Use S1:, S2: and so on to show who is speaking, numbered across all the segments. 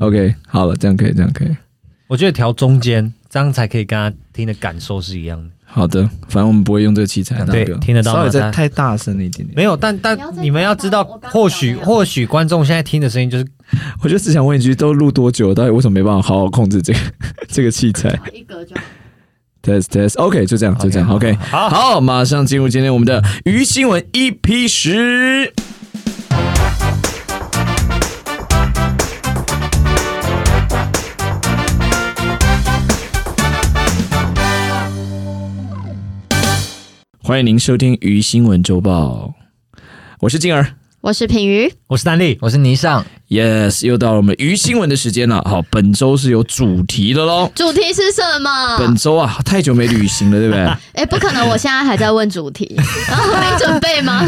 S1: OK，好了，这样可以，这样可以。
S2: 我觉得调中间，这样才可以跟他听的感受是一样的。
S1: 好的，反正我们不会用这个器材，大
S2: 对
S1: 哥，。
S2: 听得到
S3: 稍
S2: 吗
S3: 微？再
S2: 大家
S3: 太大声了一点点。
S2: 没有，但但
S4: 不要再
S2: 你们要知道
S4: 我刚，刚
S2: 或许
S4: 讲的
S2: 或许观众现在听的声音就是
S1: 我就只想问一句，都录多久？到底为什么没办法好好控制这个 这个器材
S4: 一格就好。
S1: ？Test test，OK，、就这样，就这样，OK。
S2: 好
S1: 好，马上进入今天我们的鱼新闻
S2: E
S1: EP 十。欢迎您收听《鱼新闻周报》，我是静儿。
S4: 我是品瑜，
S2: 我是丹力，
S3: 我是倪尚，
S1: Yes，又到了我们鱼新闻的时间了。好，本周是有主题的喽。
S4: 主题是什么？
S1: 本周啊，太久没旅行了，对不对？
S4: 哎、不可能，我现在还在问主题，然后没准备吗？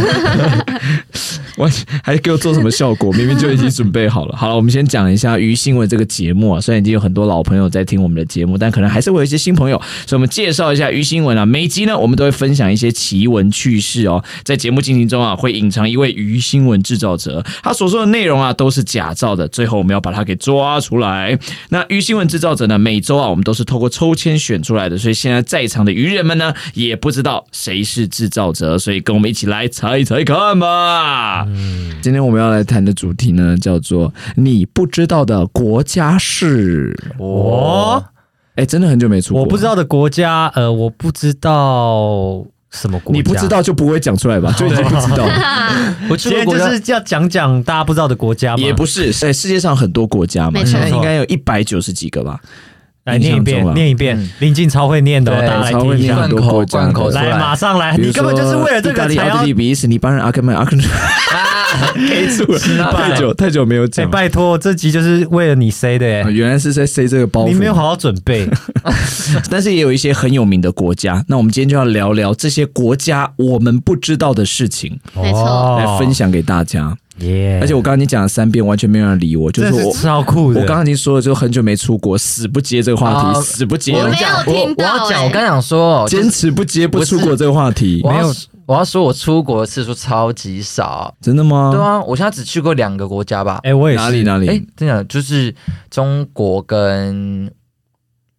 S1: 完全还给我做什么效果？明明就已经准备好了。好了，我们先讲一下《鱼新闻》这个节目啊，虽然已经有很多老朋友在听我们的节目，但可能还是会有一些新朋友，所以我们介绍一下《鱼新闻》啊。每一集呢，我们都会分享一些奇闻趣事哦，在节目进行中啊，会隐藏一位鱼新闻制造者，他所说的内容啊都是假造的，最后我们要把他给抓出来。那鱼新闻制造者呢，每周啊我们都是透过抽签选出来的，所以现在在场的鱼人们呢，也不知道谁是制造者，所以跟我们一起来猜一猜看吧。今天我们要来谈的主题呢，叫做你不知道的国家事。
S2: 我
S1: 哎，真的很久没出国，
S2: 哦我不知。道的国家，呃，我不知道什么国家，
S1: 你不知，道就不会讲出来吧？就已经不知道 了，
S2: 我今天就是要讲讲大家不知道的国家嘛。
S1: 也不是。在世界上很多国家嘛，
S4: 没错
S1: 现在应该有一百九十几个吧。
S2: 来念一
S1: 印象中
S2: 遍，
S1: 啊
S2: 念一遍，林静嗯超会念的哦，
S3: 对
S2: 大家来
S1: 超
S2: 听
S1: 会
S2: 一
S1: 念
S2: 下
S1: 很。多国家
S3: 灌口
S1: 的
S3: 灌口出
S2: 来，
S3: 来
S2: 马上来，
S1: 比如
S2: 哎你根本就是
S1: 说
S2: 为了这
S1: 意大
S2: 个
S1: 利、
S2: 才
S1: 奥
S2: 要
S1: 地利、比利时、黎巴嫩、阿根廷、阿根 廷，
S3: 给
S1: 出
S3: 了
S1: 太久太久没有
S2: 哎，
S1: 讲了。
S2: 拜托，这集就是为了你塞的哎
S1: 啊，原来是在塞这个包
S2: 你没有
S1: 袱，
S2: 好好准备。
S1: 但是也有一些很有名的国家。那我们今天就要聊聊这些国家我们不知道的事情，
S4: 没错
S2: 哦
S1: 来分，享给大家。
S2: 耶！
S1: 而且我刚刚已经讲了三遍，完全没有人理我，就是
S2: 这是
S1: 我
S2: 超酷
S1: 我
S2: 的。
S1: 刚刚已经说了，就很久没出国，死不接这个话题，
S3: 啊
S1: 死不接，
S4: 我没有听
S3: 我
S4: 到、
S3: 要啊讲，我
S4: 哎，
S3: 刚想说，就
S1: 坚
S3: 是
S1: 持不接不出国这个话题
S3: 我。
S2: 没有
S3: 要我要说，我出国的次数超级少。
S1: 真的吗？
S3: 对啊，我现在只去过两个国家吧。
S2: 哎，我也
S1: 哪里
S2: 是。
S1: 哪
S3: 哎
S1: 里？，
S3: 真的就是中国跟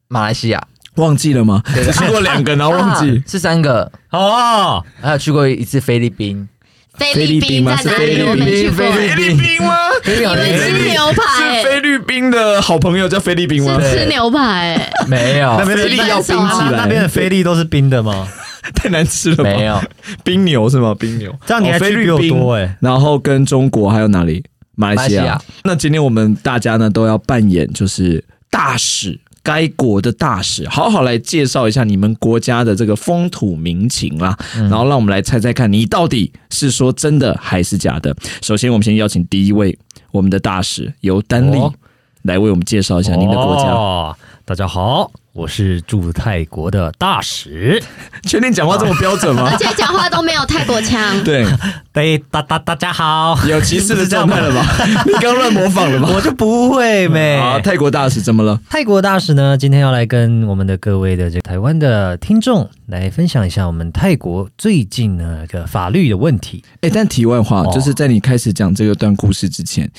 S3: 马来西亚，
S1: 忘记了吗？ 只去过两个，然后忘记
S3: 啊。是三个，
S2: 哦，
S3: 还有去过一次菲律宾。
S4: 菲律宾在哪
S1: 菲
S4: 里？我
S1: 律
S4: 没去
S1: 宾，
S4: 过，
S1: 菲律宾吗？
S3: 菲律
S4: 以为
S3: 宾
S4: 吃牛排、
S1: 是
S4: 哎
S1: 菲律宾的好朋友叫菲律宾吗？
S4: 是吃牛排、哎
S3: 没有
S2: 那，边的
S1: 菲力要冰
S4: 分手
S1: 起
S4: 了
S1: 来，
S2: 那边的菲力都是冰的吗？
S1: 太难吃了吧？
S3: 没有，
S1: 冰牛是吗？冰牛，
S2: 这样你还
S1: 哦菲
S2: 去比
S1: 律
S2: 我
S1: 宾
S2: 多哎。
S1: 然后跟中国还有哪里？马来西亚。
S3: 马来西
S1: 那今天我们大家呢都要扮演就是大使，该国的大使，好好来介绍一下你们国家的这个风土民情啦。然后让我们来猜猜看，你到底是说真的还是假的？首先，我们先邀请第一位我们的大使，由丹立
S2: 哦
S1: 来为我们介绍一下您的国家。
S2: 哦、大家好，我是驻泰国的大使。
S1: 确定讲话这么标准吗
S4: 而？且讲话都没有泰国腔，
S1: 对，
S2: 对，大大大家好，
S1: 有歧视的状态了吧？ 你刚乱模仿了 吧？
S2: 我就不会 没。
S1: 啊，泰国大使怎么了？
S2: 泰国大使呢，今天要来跟我们的各位的这个台湾的听众来分享一下我们泰国最近呢个法律的问题。
S1: 哎、但题外话，
S2: 哦
S1: 就是在你开始讲这个段故事之前，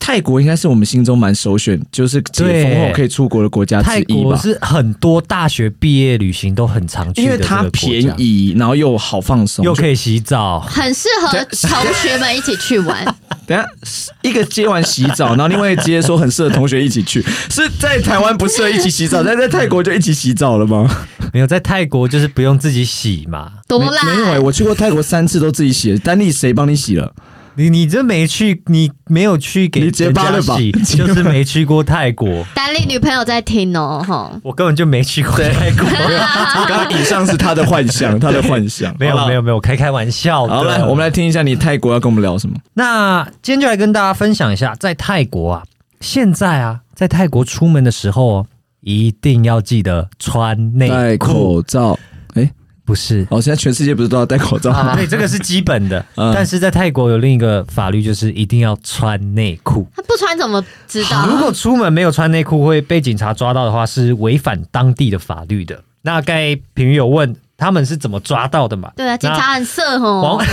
S1: 泰国应该是我们心中蛮首选，就是解封后
S2: 对
S1: 可以出国的国家啊之
S2: 泰
S1: 一
S2: 国
S1: 吧。
S2: 是很多大学毕业旅行都很常去
S1: 因
S2: 的
S1: 为
S2: 这个
S1: 它
S2: 国家
S1: 便，宜，然后又好放松。
S2: 又
S1: 以
S2: 可以洗澡。
S4: 很适合同学们一起去玩。
S1: 等一下一个接完洗澡，然后另外一个接说很适合同学一起去，是在台湾不适合一起洗澡，但在泰国就一起洗澡了吗？
S2: 没有在泰国就是不用自己洗嘛。
S4: 多
S1: 没
S4: 啦，
S1: 没有哎、我去过泰国三次都自己洗，丹尼谁帮你洗了？
S2: 你你这没去，你没有去给
S1: 你结
S2: 人
S1: 巴
S2: 家
S1: 了吧
S2: 洗，
S1: 结
S2: 就是没去过泰国。
S4: 丹丽女朋友在听哦， 吼，
S2: 我根本就没去 过泰国，
S1: 刚刚以上是他的幻想，他的幻 想。
S2: 没有没
S1: 有。
S2: 有没有，开开玩笑的。
S1: 好，来，我们来听一下你泰国要跟我们聊什么？
S2: 那今天就来跟大家分享一下，在泰国啊，现在啊，在泰国出门的时候哦，一定要记得穿内
S1: 戴
S2: 裤，
S1: 口罩。哎、
S2: 不是。
S1: 哦，现在全世界不是都要戴口罩吗？
S2: 对，这个是基本的，
S1: 啊嗯
S2: 但是在泰国有另一个法律，就是一定要穿内裤。
S4: 她不穿怎么知道？
S2: 如果出门没有穿内裤会被警察抓到的话，是违反当地的法律的。那该评语有问他们是怎么抓到的嘛？
S4: 对啊，警察很色
S2: 那
S4: 哦吼
S2: 网。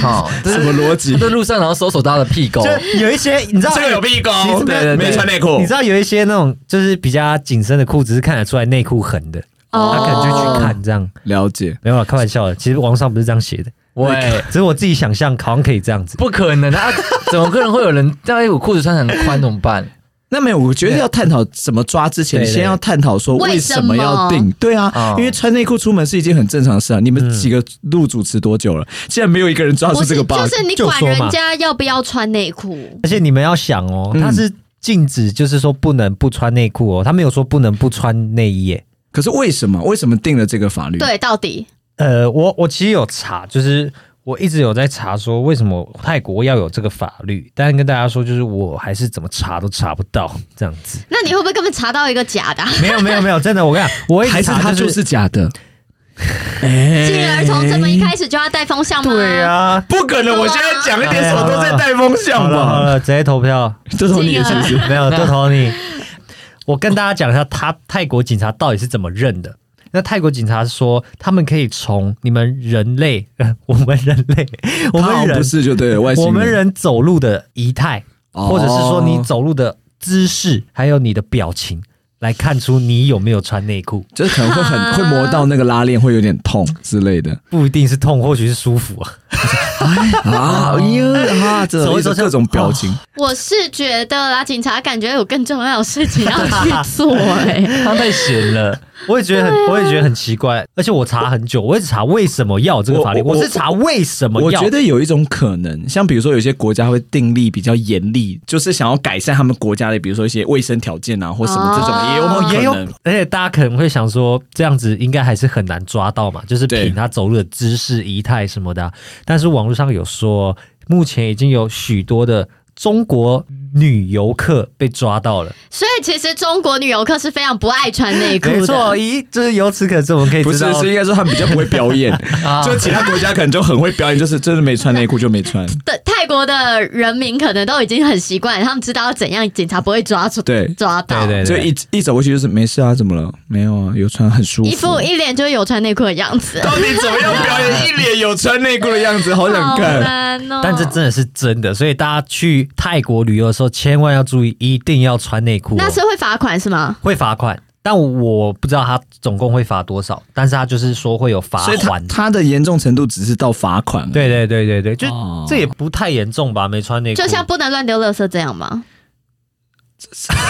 S3: 好，这
S1: 什么
S3: 是
S1: 逻辑
S3: 他？在路上然后搜索到了屁股，
S2: 就有一些你知道，
S1: 屁股
S2: 你知道
S1: 哦对对对，
S2: 没
S1: 内裤
S2: 你知道有一些那种就是比较紧身的裤子是看得出来内裤痕的，
S4: 哦
S2: 他可能就去看这样。
S1: 了解。
S2: 没有啦，开玩笑的。其实网上不是这样写的，
S3: 喂，
S2: 只是我自己想象好像可以这样子。
S3: 不可能啊！怎么可能会有人在我裤子穿很宽？怎么办？
S1: 那没有，我觉得要探讨怎么抓之前，
S2: 对对
S1: 先要探讨说为什么要
S4: 为什
S1: 定。对啊
S3: 哦，
S1: 因为穿内裤出门是一件很正常的事啊。你们几个录主持多久了？竟然没有一个人抓
S4: 不
S1: 住哦这
S4: 是
S1: 个 bug
S4: 就。是你
S2: 就
S4: 管
S2: 说嘛
S4: 人家要不要穿内裤，
S2: 而且你们要想哦，
S1: 嗯
S2: 他是禁止，就是说不能不穿内裤哦，他没有说不能不穿内衣耶。
S1: 可是为什么？为什么定了这个法律？，
S4: 对，到底
S2: 呃，我我其实有查，就是我一直有在查说为什么泰国要有这个法律，但跟大家说，就是我还是怎么查都查不到这样子。
S4: 那你会不会根本查到一个假的啊、
S2: 没有没有没有，真的，我跟你讲，我一直
S1: 还是
S2: 查
S1: 他就是假的？
S4: 进而从这么一开始就要带风向吗？
S2: 哎对啊。
S1: 不可能！我现在讲一点什么都在带风
S2: 好
S1: 向
S2: 了好
S1: 吧？
S2: 了，直接投票，
S1: 这种你也是不是？
S2: 没有都投你。我跟大家讲一下，他泰国警察到底是怎么认的。那泰国警察说，他们可以从你们人类，呃我们人类，我
S1: 他好
S2: 们
S1: 像
S2: 人
S1: 不，是就对了外星
S2: 我们人走路的仪态，
S1: 哦
S2: 或者是说你走路的姿势，还有你的表情，来看出你有没有穿内裤。
S1: 就是可能会很
S4: 啊
S1: 会磨到那个拉链会有点痛之类的
S2: 不一定是痛，或许是舒服啊。
S1: 啊，哎呀啊，这
S2: 走
S1: 种
S2: 一走啊
S1: 各种表情，
S4: 我是觉得啦，警察感觉有更重要的事情要去 做、欸，
S3: 他太闲了，
S2: 我也觉得很，我也觉得很奇怪，而且我查很久，我一直查为什么要有这个法律，
S1: 我我
S2: 我是查为什么
S1: 我
S2: 要
S1: 觉。得有一种可能，像比如说有些国家会订立比较严厉，就是想要改善他们国家的，比如说一些卫生条件啊，或什么这种，
S4: 哦
S1: 也有
S2: 哦，也
S1: 可
S2: 有
S1: 能。，
S2: 而且大家可能会想说，这样子应该还是很难抓到嘛，就是
S1: 对
S2: 凭他走路的姿势、仪态什么的啊、但是网络上有说，目前已经有许多的中国女游客被抓到了。
S4: 所以其实中国女游客是非常不爱穿内裤
S2: 没错，
S4: 的。
S2: 咦，就是由此可知，我们可以
S1: 不
S2: 知
S1: 是
S2: 道，，
S1: 是应该说他们比较不会表 演，
S3: 啊
S1: 就其他国家可能就很会表演，就是真的没穿内裤就没穿。
S4: 的泰国的人民可能都已经很习惯，他们知道怎样警察不会抓住
S1: 对
S4: 抓到，
S2: 对对
S1: 就一一走过去就是没事啊，怎么了？没有啊，有穿很舒服。
S4: 一副一脸就是有穿内裤的样子。
S1: 到底怎么样表演？一脸有穿内裤的样子，好想看。
S4: 难哦！
S2: 但这真的是真的，所以大家去泰国旅游的时候，千万要注意，一定要穿内裤、哦。
S4: 那是会罚款是吗？
S2: 会罚款，但我不知道他总共会罚多少，但是他就是说会有罚
S1: 所以他
S2: 款。
S1: 他的严重程度只是到罚款。，
S2: 对对对对对，就、
S1: 哦
S2: 这也不太严重吧？没穿内裤，
S4: 就像不能乱丢垃圾这样吗？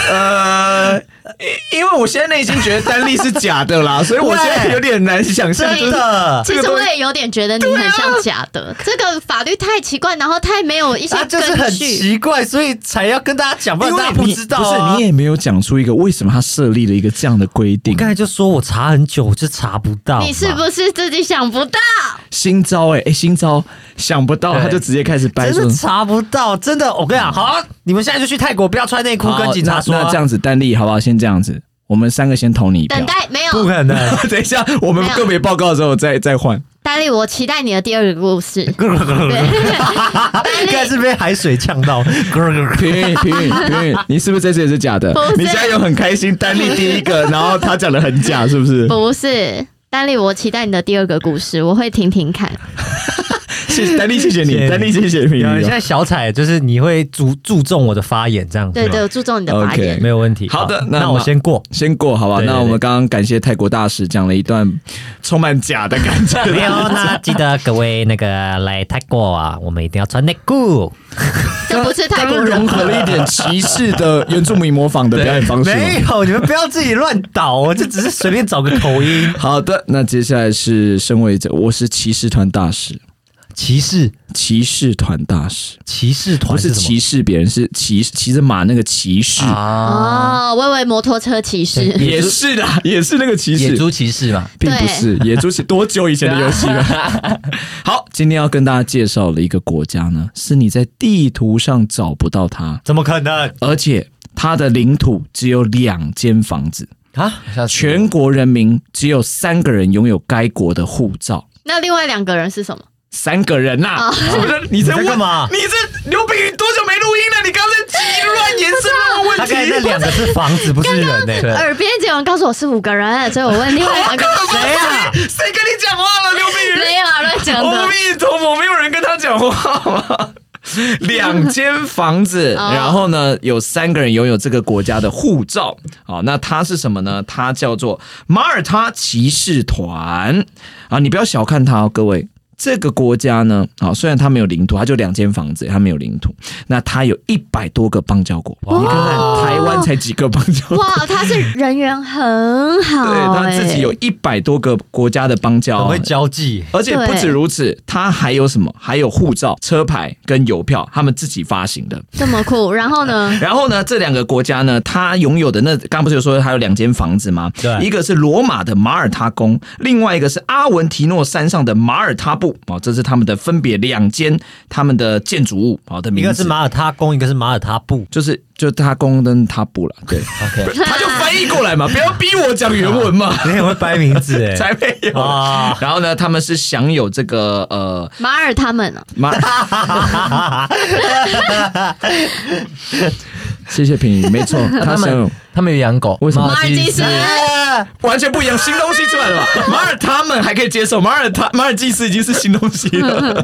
S1: 呃，因因为我现在内心觉得单立是假的啦，所以我现在有点难想 象，就
S2: 真
S1: 是
S2: 的。啊
S4: 其
S1: 这个
S4: 实
S1: 东
S4: 我
S1: 西
S4: 也有点觉得你很像假的，这个法律太奇怪，然后太没有一些
S2: 他啊就是
S4: 根
S2: 很
S4: 据。
S2: 奇怪，所以才要跟大家讲，不然
S1: 因为
S2: 大家不知道、啊
S1: 你不是你啊
S2: 也。
S1: 也没有讲出一个为什么他设立了一个这样的规定
S2: 我。刚才就说我查很久，我就查不到嘛。
S4: 你是不是自己想不到？
S1: 新招哎、哎、新招想不到，
S2: 对
S1: 他就直接开始掰
S2: 真
S1: 说
S2: 的。查不到？真的，我跟你讲，好啊，你们现在就去泰国，不要穿内裤，
S1: 好
S2: 跟警察说啊、
S1: 那那这样子，单立好不好？先这样子，我们三个先投你一票
S4: 等。待没有
S2: 不可能。
S1: 等一下，我们
S4: 没有
S1: 个别报告之后再再换。
S4: 丹力，我期待你的第二个故事。
S2: 应该是被海水呛到。
S1: 平云，平云，平云，你是不是这次也是假的
S4: 不？是
S1: 你现在有很开心，单立第一个，然后他讲的很假，是不是？
S4: 不是，丹力，我期待你的第二个故事，我会听听看。
S1: 谢谢丹立，谢谢你，
S2: 谢谢
S1: 丹立，谢谢平
S2: 有人
S1: 云
S2: 现。在小彩就是你会注注重我的发言这样子吗，
S4: 对对，我注重你的发
S1: OK
S4: 言。
S2: 没有问题。
S1: 好的那。
S2: 那我先过
S1: 先过好吧，
S2: 对对
S1: 那我们
S2: 对
S1: 刚刚感谢泰国大使讲了一段充满假的感觉。
S2: 没有，那记得各位那个来泰国啊，我们一定要穿内裤。
S4: 这不是泰
S1: 刚
S4: 国
S1: 刚
S4: 人
S1: 融合了一点歧视的原住民模仿的表演方式吗。
S2: 没有，你们不要自己乱倒哦，这只是随便找个口音。
S1: 好的，那接下来是身为这，我是骑士团大使，
S2: 骑士
S1: 骑士团大使
S2: 骑士
S1: 不
S2: 团
S1: 是
S2: 是什么
S1: 歧？视别人，是骑骑着马那个骑士。
S3: 啊，
S4: 哦，我以为摩托车骑士。
S1: 也是的，也是那个骑士
S3: 野，猪骑士嘛，
S1: 并不是野猪是多久以前的游戏了？好，今天要跟大家介绍的一个国家呢，是你在地图上找不到它，
S2: 怎么可能
S1: 而且它的领土只有两间房子，
S2: 啊？
S3: 吓死我
S1: 全国人民只有三个人拥有该国的护照。
S4: 那另外两个人是什么？
S1: 三个人呐、
S4: 啊
S1: 什么的？你
S2: 你
S1: 在
S2: 在
S1: 问
S2: 干嘛
S1: 你这刘炳宇多久没录音了？你刚才急乱延伸那个问问
S2: 他刚才那
S1: 题？
S2: 两个是房子，不是人 呢、欸。
S4: 耳边结完告诉我是五个人，所以我问另外两个
S2: 谁啊？
S1: 谁跟你讲话了，刘碧云？
S4: 没有啊，乱讲
S1: 阿
S4: 的。
S1: 弥陀佛，没有人跟他讲话吗？ 两间房子，
S4: 哦
S1: 然后呢，有三个人拥有这个国家的护照。好，那它是什么呢？它叫做马耳他骑士团啊！你不要小看它哦，各位。这个国家呢，啊，虽然它没有领土，它就两间房子，它没有领土。那它有一百多个邦交国，你看看台湾才几个邦交 国，
S4: 哇，他是人缘很好、
S1: 对，
S4: 欸，
S1: 它自己有一百多个国家的邦交，
S2: 很会交际，
S1: 而且不止如此，他还有什么？还有护照、车牌跟邮票，他们自己发行的。
S4: 这么酷。然 后呢，
S1: 然后呢，这两个国家呢，他拥有的那刚刚不是有说还有两间房子吗？
S2: 对
S1: 一个是罗马的马耳他宫，另外一个是阿文提诺山上的马耳他布。哦，这是他们的分别两间他们的建筑物哦好的
S2: 一
S1: 名字，
S2: 个是马耳他宫，一个是马耳他布。
S1: 就是就他宫跟他布了， 对，
S3: OK，
S1: 他就翻译过来嘛，不要逼我讲原文 嘛，
S2: 你很会掰名字 哎、
S1: 才没有。
S2: 啊！
S1: 然后呢，他们是享有这个呃
S4: 马尔他们呢、
S1: 马，谢谢品瑜，没错，他
S3: 他
S1: 想
S3: 们
S1: 有
S3: 他们有养狗，
S1: 为什么
S4: 马尔济斯
S1: 完全不一样新东西出来了 吧？马耳他们还可以接受，马耳他马尔济斯已经是新东西 了。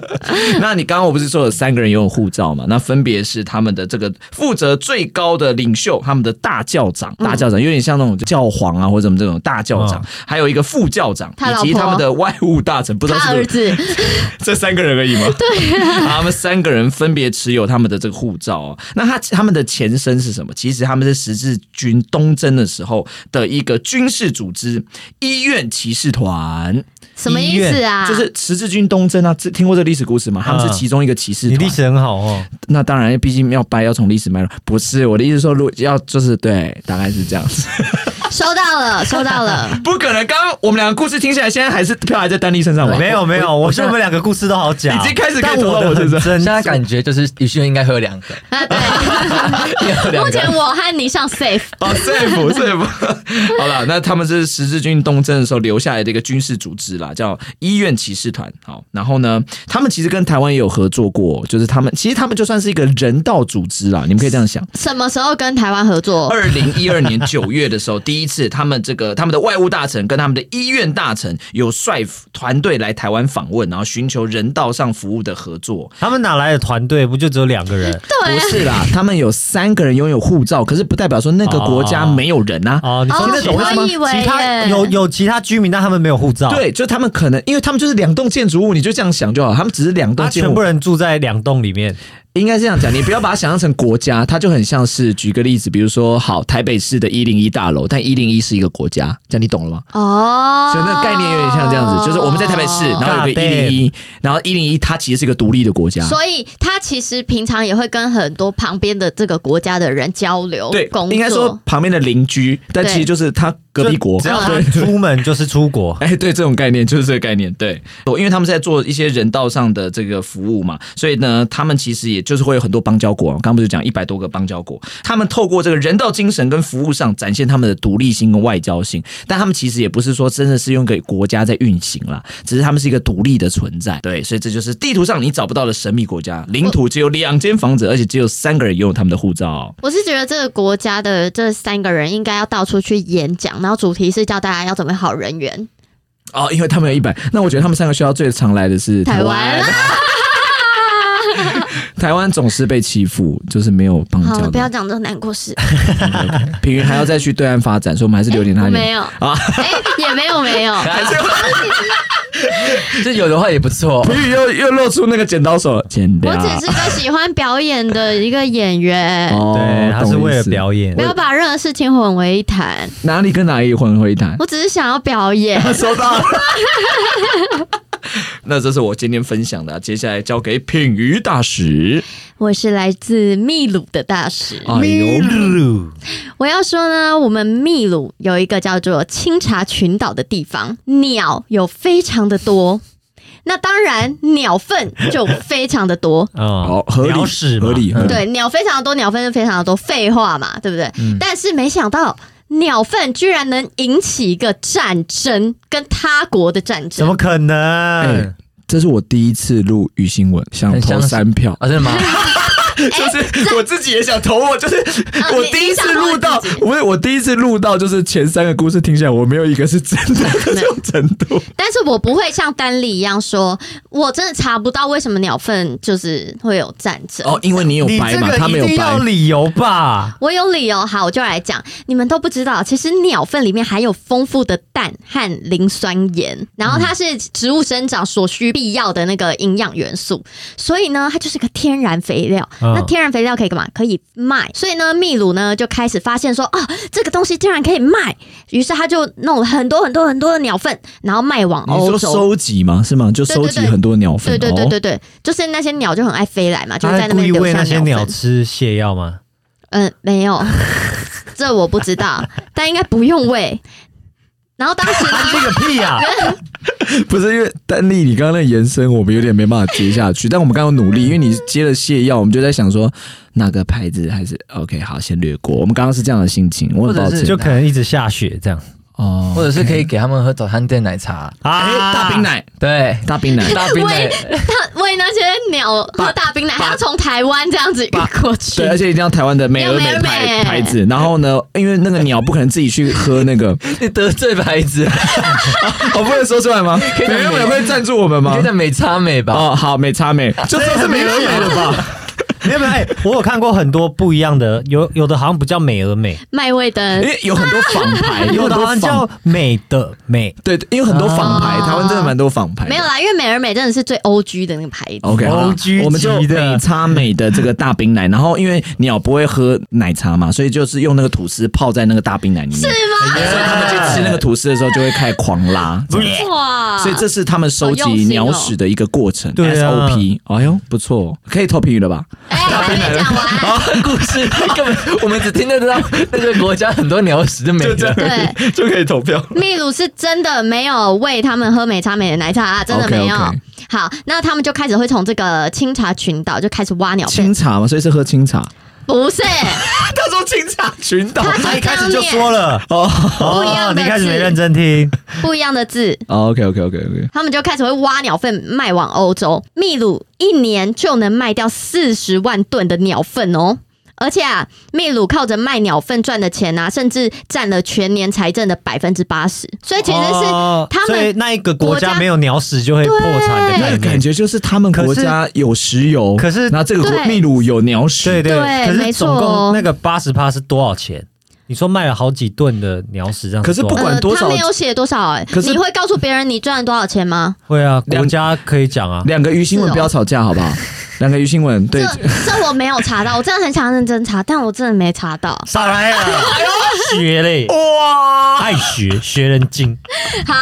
S1: 那你刚刚我不是说有三个人拥有护照嘛？那分别是他们的这个负责最高的领袖，他们的大教长，
S4: 嗯
S1: 大教长有点像那种教皇啊或者什么这种大教长，还有一个副教长
S4: 哦他老
S1: 以及
S4: 婆
S1: 他们的外务大臣，不知道
S4: 他
S1: 是
S4: 儿
S1: 不是
S4: 子，
S1: 这三个人而已吗？对、他们三个人分别持有他们的这个护照、哦。那他他们的前身是什么？其实他们是十字军东征的时候的一个军事组织——医院骑士团，
S4: 什么意思啊？
S1: 就是十字军东征啊。这听过这个历史故事吗？他们是其中一个骑士
S2: 啊你
S1: 团。
S2: 历史很好哦，
S1: 那当然，毕竟要掰，要从历史脉络。不是我的意思是说，如果要就是对，大概是这样 子。
S4: 收到了，收 到了。
S1: 不可能，刚刚我们两个故事听起来，现在还是票还在丹妮身上吧？
S2: 没有没有，我觉得我们两个故事都好假哦，
S1: 已经开始可以
S2: 但
S1: 投到
S2: 我
S1: 我
S2: 的
S1: 身上
S2: 很真
S3: 现在感觉就是宇轩应该喝两个，
S4: 啊，对，
S3: 应该喝两
S4: 目前
S3: 个。
S4: 我和你上 safe。
S1: 哦，safe safe，好 了，那他们是十字军东征的时候留下来的一个军事组织啦，叫医院骑士团。好，然后呢，他们其实跟台湾也有合作过，就是他们其实他们就算是一个人道组织啦，你们可以这样想。
S4: 什么时候跟台湾合作？
S1: 二零一二年九月的时候，第一次他们这个他们的外务大臣跟他们的医院大臣有率团队来台湾访问，然后寻求人道上服务的合作。
S2: 他们哪来的团队？不就只有两个人？
S4: 哎
S1: 不是啦，他们有三个人拥有护照，可是不代表说那个国家
S2: 哦
S1: 没有人啊。
S2: 哦，你
S4: 哦
S2: 听得懂
S4: 我
S2: 为什么？
S4: 以为
S2: 其他
S4: 耶
S2: 有有其他居民，但他们没有护
S4: 啊
S2: 照，，
S1: 对，就他们可能，因为他们就是两栋建筑物，你就这样想就好，他们只是两栋
S2: 他
S1: 建
S2: 全
S4: 啊
S1: 筑
S2: 部
S1: 物，
S2: 人住在两栋里面，
S1: 应该这样讲，你不要把它想象成国家，它就很像是，举个例子，比如说好台北市的一零一大楼，但一零一是一个国家，这样你懂了吗？
S4: 哦，
S1: 所以那个概念有点像这样子，就是我们在台北市，然后有个一零一，然后一零一它其实是一个独立的国家。
S4: 啊所以他其实平常也会跟很多旁边的这个国家的人交流，
S1: 对
S4: 工，作
S1: 应该说旁边的邻居，但
S4: 对
S1: 其实就是它隔壁国，
S2: 就
S4: 哦
S2: 只要他出门就是出国。
S1: 哎，对，这种概念就是这个概念，对，因为他们在做一些人道上的这个服务嘛，所以呢，他们其实也就是会有很多邦交国，我刚刚不是讲一百多个邦交国，他们透过这个人道精神跟服务上展现他们的独立性跟外交性，但他们其实也不是说真的是用给国家在运行啦，只是他们是一个独立的存在，对，所以这就是地图上你找不到的神秘国家，领土只有两间房子，而且只有三个人拥有他们的护照。
S4: 我是觉得这个国家的这三个人应该要到处去演讲，然后主题是叫大家要准备好人缘。
S1: 哦，因为他们有一百，那我觉得他们三个学校最常来的是
S4: 台湾。
S1: 台湾总是被欺负，就是没有邦
S4: 好
S1: 交
S4: 了，不要
S1: 的。
S4: 讲这种难过 事，
S1: 平云还要再去对岸发展，所以我们还是留点他
S4: 我
S1: 的
S4: 没有啊，哎，也没有 没有，
S3: 这有的话也不错。
S1: 平云又又露出那个剪刀手了，剪
S4: 我
S1: 掉。
S4: 只是个喜欢表演的一个演员，
S1: 哦
S2: 对，他是为了
S1: 演，
S2: 表演
S4: 不。要把任何事情混为一谈。
S1: 哪里跟哪里混为一谈。
S4: 我只是想要表演，
S1: 收到 了。那这是我今天分享的啊、接下来交给品瑜大使。
S4: 我是来自秘鲁的大使。
S1: 哎呦，
S2: 鲁
S4: 我要说呢，我们秘鲁有一个叫做清茶群岛的地方，鸟有非常的多。那当然，鸟粪就非常的多。
S1: 好
S2: 哦，
S1: 合理
S2: 鸟屎嘛
S1: 合理合理
S4: 对，鸟非常的多，鸟粪是非常的多，废话嘛，对不对？
S1: 嗯
S4: 但是没想到。鸟粪居然能引起一个战争，跟他国的战
S2: 怎
S4: 争
S2: 么，可
S1: 哎
S2: 能？
S1: 这是我第一次录鱼新闻，想
S3: 很
S1: 投
S3: 相似
S1: 三票，
S3: 啊，真的吗？
S1: 哎 就是我自己也想投我，就是我
S4: 啊你
S1: 第一次录到
S4: 你想投自己，
S1: 我我第一次录到，就是前三个故事听起来，我没有一个是真 的这种程度。
S4: 但是我不会像丹莉一样说，我真的查不到为什么鸟粪就是会有战争。
S1: 哦，因为你有
S2: 你
S1: 白
S2: 这
S1: 嘛，
S2: 个
S1: 他没
S2: 一
S1: 有
S2: 定
S1: 白
S2: 要。理由吧？
S4: 我有理由，好，我就来讲。你们都不知道，其实鸟粪里面含有丰富的氮和磷酸盐，然后它是植物生长所需必要的那个营养元素，所以呢，它就是个天然肥料。
S2: 嗯
S4: 那天然肥料可以干嘛？可以卖。所以呢，秘鲁呢就开始发现说，哦，这个东西竟然可以卖，于是他就弄了很多很多很多的鸟粪，然后卖往
S1: 你
S4: 欧
S1: 说
S4: 洲。
S1: 收集吗？是吗？就收集
S4: 哦对对对
S1: 很多鸟粪。
S4: 对对对
S1: 哦，
S4: 对对，就是那些鸟就很爱飞来嘛，就是
S2: 他
S4: 在那
S2: 故
S4: 边
S2: 意
S4: 留
S2: 喂
S4: 下
S2: 那些
S4: 鸟
S2: 鸟
S4: 粪。
S2: 吃泻药吗？
S4: 嗯，没有， 这我不知道，但应该不用喂。然后当时呢，
S2: 这个屁啊 呀、
S1: 不是因为丹丽，你刚刚那个延伸，我们有点没办法接下去。但我们刚刚有努力，因为你接了泻药，我们就在想说哪个牌子还是 OK，好，先略过。我们刚刚是这样的心情，我很抱
S3: 或者
S1: 歉。
S3: 是
S2: 就可能一直下雪这样啊
S1: 哦，
S3: 或者是可以给他们喝早餐店奶茶，
S1: 哎大冰，奶，
S3: 对，
S1: 大冰 奶，
S3: 大冰奶
S4: 喂他喂那些鸟喝大冰奶，还要从台湾这样子运过去
S1: 对，。而且一定要台湾的美而美
S4: 要美而
S1: 牌
S4: 美
S1: 牌子。然后呢，因为那个鸟不可能自己去喝那个，
S3: 你得罪牌子，
S1: 我哦不能说出来吗？美
S3: 讲
S1: 而美
S3: 美
S1: 会赞助我们
S3: 你
S1: 吗
S3: 觉？得美差美吧？
S1: 哦，好，美差美，就说是美而美了吧？
S2: 没有没有，哎、我有看过很多不一样的，有有的好像不叫美而美，
S4: 麦 味
S1: 因
S4: 登，
S1: 为有很多仿 牌，哎有
S2: 有
S1: 很
S2: 的好
S1: 多仿，
S2: 像叫美的美。
S1: 对，因为很多仿牌，
S4: 哦
S1: 台湾真的蛮多仿牌的。
S4: 没有啦，因为美而美真的是最 O G 的那个牌子。
S1: OK，好啦
S2: OG
S1: 我们就
S2: 级的
S1: 美差美的这个大冰奶，然后因为鸟不会喝奶茶嘛，所以就是用那个吐司泡在那个大冰奶里面，是吗？所以他们去吃那个吐司的时候就会开始狂拉，这样
S4: 哇！
S1: 所以这是他们收集
S4: 好用心哦
S1: 鸟屎的一个过程
S2: 对啊
S1: SOP。哎呦，不错，可以哦投评语了吧？
S4: 哎，还没讲完。
S3: 故事根本我们只听得到那个国家很多鸟屎就没了。
S4: 对，
S1: 就可以投票。
S4: 秘鲁是真的没有喂他们喝美茶美的奶茶、啊，真的没有。
S1: OK，OK
S4: 好，那他们就开始会从这个清茶群岛就开始挖鸟粪
S1: 清，茶嘛，所以是喝清茶。
S4: 不是
S1: 他说清茶群 岛
S4: 他
S2: 他一
S4: 是
S2: 开
S4: 当
S2: 始就说
S4: 面
S2: 了
S4: 不一
S2: 哦
S4: 样的
S2: 你开始没
S4: 字
S2: 认真听，
S4: 不一样的字，
S1: OK OK OK OK，
S4: 他们就开始会挖鸟粪卖往欧洲。秘鲁一年就能卖掉四十万吨的鸟粪哦。而且啊，秘鲁靠着卖鸟粪赚的钱啊，甚至占了全年财政的百分之八十，所以其实是
S2: 哦
S4: 他
S2: 所以
S4: 们
S2: 那一个国
S4: 国
S2: 家
S4: 家
S2: 没有鸟屎就会破产的概
S1: 那
S4: 哎
S2: 念
S1: 哎感。觉就是他们国家有石油，
S2: 可是
S1: 那这个国
S4: 对
S1: 秘鲁有鸟
S2: 对
S1: 屎，
S2: 对，
S4: 对
S2: 可是
S4: 没错
S2: 总共
S4: 哦
S2: 那个八十趴是多少钱？你说卖了好几吨的鸟屎，这样
S1: 可是
S2: 多
S1: 不
S2: 少
S1: 管多少
S4: 呃、他没有写多少、欸，
S1: 可是
S4: 你会告诉别人你赚了多少钱吗？
S2: 会啊，
S1: 两
S2: 国家可以 讲啊，
S1: 两个鱼新闻
S4: 是哦
S1: 不要吵架好 不好？两个鱼新闻对
S4: 这。这我没有查到，我真的很想认真查，但我真的没查到。
S2: 少来啊，学 嘞，
S1: 哇！
S2: 爱学学人精，
S4: 好，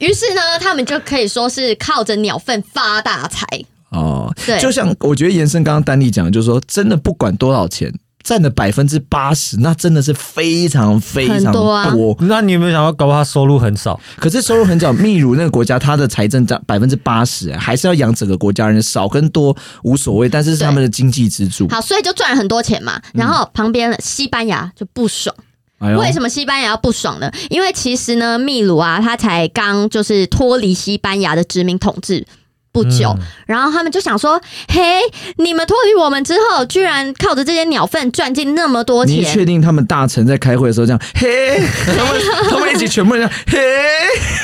S4: 于是呢，他们就可以说是靠着鸟粪发大财。
S1: 哦，
S4: 对
S1: 就像我觉得延伸刚刚丹丽讲的，就是说真的不管多少钱，占了百分之八十，那真的是非常非常
S4: 很多啊
S2: 那你有没有想到，搞不好他收入很少？
S1: 可是收入很少，秘鲁那个国家，它的财政占百分之八十，哎还是要养整个国家人，少跟多无所谓，但是是他们的经济支柱。
S4: 好，所以就赚了很多钱嘛。然后旁边的西班牙就不爽。
S1: 嗯哎呦
S4: 为什么西班牙不爽呢？因为其实呢，秘鲁啊，他才刚就是脱离西班牙的殖民统治。不久，
S1: 嗯
S4: 然后他们就想说：“嘿，你们脱离我们之后，居然靠着这些鸟粪赚进那么多
S1: 你确
S4: 钱，
S1: 定他们大臣在开会的时候这样？ 嘿，他们他们一起全部人这样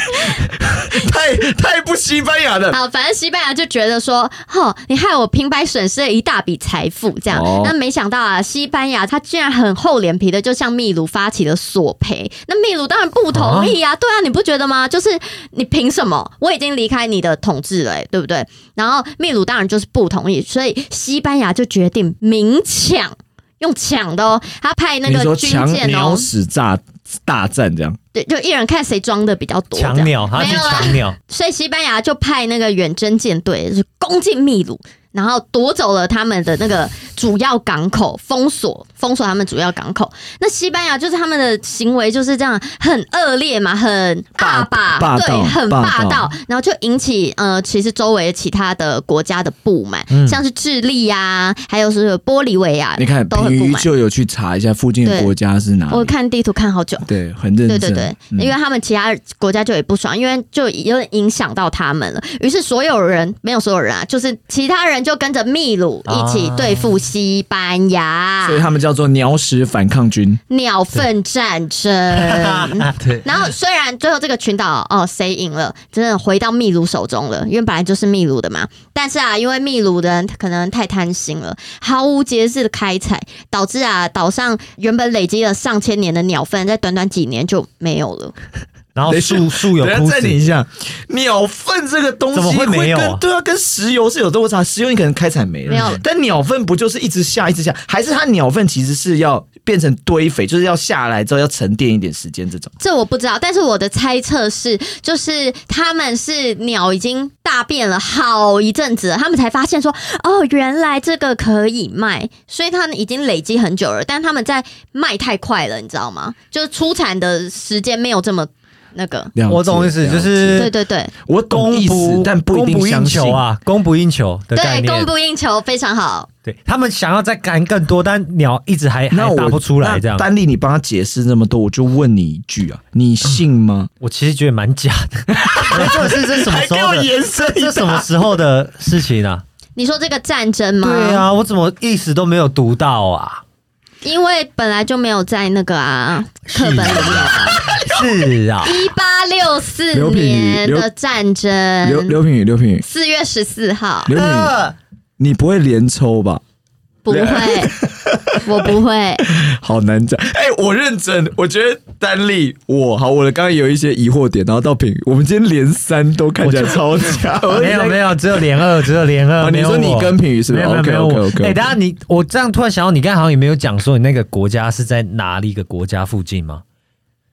S1: 嘿，太太不西班牙 了。
S4: 好，反正西班牙就觉得说，哦，你害我平白损失了一大笔财富，这样。
S1: 哦
S4: 那没想到啊，西班牙他居然很厚脸皮的就向秘鲁发起了索赔。那秘鲁当然不同意啊，对啊，你不觉得吗？就是你凭什么？我已经离开你的统治了、欸对不对？然后秘鲁当然就是不同意，所以西班牙就决定明抢。用抢的哦，他派那
S1: 你
S4: 个
S1: 说
S4: 军
S1: 强
S4: 舰
S1: 鸟
S4: 哦，
S1: 屎炸大战这样，
S4: 对，就一人看谁装的比较多，这样
S2: 抢鸟，他
S4: 没
S2: 去
S4: 有啦啊
S2: 抢鸟，
S4: 所以西班牙就派那个远征舰队就是攻进秘鲁，然后夺走了他们的那个主要港口，封锁封锁他们主要港口。那西班牙就是他们的行为就是这样很恶劣嘛，很
S1: 霸
S4: 霸霸，
S1: 霸道
S4: 对，很霸
S1: 霸道
S4: 然后就引起呃，其实周围其他的国家的不满，像是智利呀、还有是玻利维亚，
S1: 嗯你看
S4: 啊都很
S1: 平
S4: 不
S1: 鱼
S4: 满。
S1: 就有去查一下附近的
S4: 对
S1: 国家是哪
S4: 我
S1: 里，
S4: 看地图看好久。
S1: 对，很认
S4: 对
S1: 真。
S4: 对对，
S1: 嗯
S4: 因为他们其他国家就也不爽，因为就有点影响到他们了。于是所有人没有所有人啊，就是其他人就跟着秘鲁一起
S3: 啊
S4: 对付西班牙
S1: 所以他们叫做鸟屎反抗军。
S4: 鸟粪 战争。
S3: 对，
S4: 然后虽然最后这个群岛哦谁赢了，真的回到秘鲁手中了，因为本来就是秘鲁的嘛。但是啊，因为秘鲁的人可能太贪心了，毫无节制的开采，导致啊岛上原本累积了上千年的鸟粪，在短短几年就没有了。
S2: 然后
S1: 等一下
S2: 树树有
S1: 等一下
S2: 枯
S1: 暂停
S2: 死，
S1: 一下，鸟粪这个东西
S2: 怎么会没有啊
S1: 跟对啊，跟石油是有落差。石油你可能开采没了，
S4: 没有了
S1: 但鸟粪不就是一直下一直下？还是它鸟粪其实是要变成堆肥，就是要下来之后要沉淀一点时间这种。
S4: 这我不知道，但是我的猜测是，就是他们是鸟已经大便了好一阵子了，他们才发现说，哦，原来这个可以卖，所以他们已经累积很久了，但他们在卖太快了，你知道吗？就是出产的时间没有这么那个。
S2: 我懂意思，就
S4: 对
S2: 是
S4: 对对
S1: 我懂
S2: 供
S1: 意思
S2: 不，
S1: 但不一
S2: 供
S1: 定
S2: 不应
S1: 相信
S2: 求。啊，供不应求的概
S4: 对，供
S2: 念。
S4: 不应求，非常好。
S2: 对他们想要再干更多，但鸟一直还
S1: 那
S2: 还
S1: 我
S2: 打不出来，
S1: 那
S2: 这样。
S1: 丹丽，你帮他解释那么多，我就问你一句啊，你信吗？
S2: 我其实觉得蛮假的。 这是这是什么时候的？
S1: 延伸
S2: 这什么时候的事情啊？
S4: 你说这个战争吗？
S2: 对，啊，我怎么一时都没有读到 啊？
S4: 因为本来就没有在那个啊课本里面。
S2: 是 啊，
S4: 一八六四
S1: 刘品宇
S4: 年
S1: 刘
S4: 的战
S2: 嗯
S1: 刘
S4: 争，
S1: 刘品宇，刘品宇，
S4: 四月十四号。
S1: 刘品宇，
S2: 呃
S1: 你不会连抽吧？
S4: 不会， 我不会。
S1: 好难讲。哎、我认真，我觉得丹丽，我好，我的刚刚有一些疑惑点，然后到品，我们今天连三都看起来超 强。哎
S2: 没有没有，只有连二，只有连
S1: 哦
S2: 二。没有
S1: 你说你
S2: 我
S1: 跟品瑜是不
S2: 没
S1: 是
S2: 有没有没有
S1: OK，OK，OK，OK
S2: 我哎，等一下你，我这样突然想到，你刚才好像也没有讲说你那个国家是在哪里一个国家附近吗？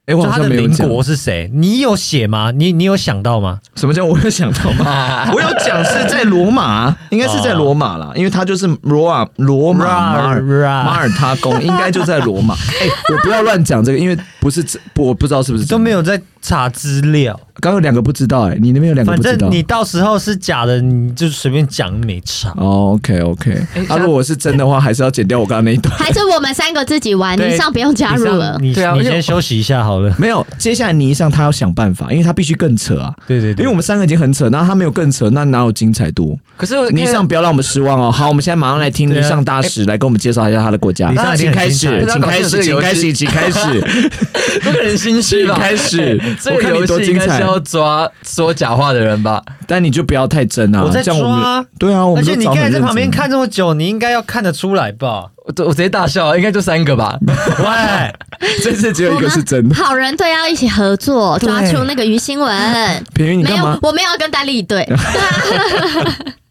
S1: 哎、我
S2: 就
S1: 好
S2: 它
S1: 像
S2: 的
S1: 没有
S2: 邻
S1: 讲。
S2: 国是谁？你有写吗？你你有想到吗？
S1: 什么叫我有想到吗？ 我有讲是在罗马，应该是在罗马啦，因为他就是罗马罗马马尔
S2: 马尔
S1: 马尔他宫，应该就在罗马。哎、我不要乱讲这个，因为不是真不我不知道是不是
S2: 都没
S1: 有。
S2: 有在查资料，
S1: 刚刚有两个不知道、哎，你那边有两个
S2: 反
S1: 不知道
S2: 正。你到时候是假的，你就随便讲，没查。
S1: 哦，OK，OK、o k OK，啊，
S3: 下
S1: 如果是真的话，还是要剪掉我刚刚那一段。
S4: 还是我们三个自己玩，
S2: 对
S4: 你上不用加入了。
S2: 你
S3: 对啊
S2: 上你你
S3: 而且
S2: 先休息一下好了。
S1: 没有，接下来倪尚他要想办法，因为他必须更扯啊。
S2: 对对对，
S1: 因为我们三个已经很扯，那他没有更扯，那哪有精彩度？
S3: 可是我
S1: 倪尚不要让我们失望哦。好，我们现在马上来听
S2: 对啊
S1: 倪尚大使来给我们介绍一下他的国家
S2: 倪尚。一定
S1: 请
S2: 很
S1: 开
S2: 精
S1: 始，
S2: 彩
S1: 请开始，请开始，请 开始，
S3: 不可能心虚
S1: 请
S3: 吧？
S1: 开始。
S3: 这
S1: 我
S3: 个
S1: 看你
S3: 游
S1: 多
S3: 戏
S1: 精
S3: 应该是
S1: 彩，
S3: 要抓说假话的人吧？
S1: 但你就不要太真啊。
S2: 我在
S1: 这样我们
S2: 抓啊
S1: 对啊，我
S2: 而
S1: 们
S2: 且
S1: 都
S2: 你
S1: 找
S2: 刚才
S1: 很
S2: 在
S1: 认
S2: 旁边
S1: 真
S2: 看这么久，你应该要看得出来吧？
S3: 我我直接大笑，应该就三个吧？
S2: 喂，
S1: 这次只有
S4: 我
S1: 一个
S4: 们
S1: 是 真的。
S4: 好人队要一起合作，
S2: 对
S4: 抓出那个于新文。
S1: 平云，你
S4: 没
S1: 干
S4: 有
S1: 嘛，？
S4: 我没有要跟丹丽一队，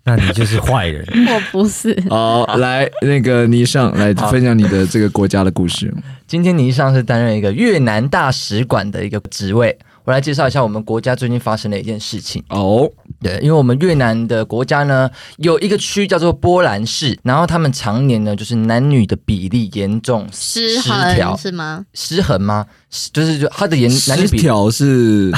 S2: 那你就是坏人。
S4: 我不是。
S1: 好，来那个倪尚来分享你的这个国家的故事。
S3: 今天倪尚是担任一个越南大使馆的一个职位。我来介绍一下我们国家最近发生的一件事情。
S1: 哦，
S3: 对，因为我们越南的国家呢，有一个区叫做波兰市，然后他们常年呢就是男女的比例严重
S4: 失
S3: 调
S4: 衡是吗？
S3: 失衡吗？是就是就他的严男女
S1: 失
S3: 比
S1: 调 是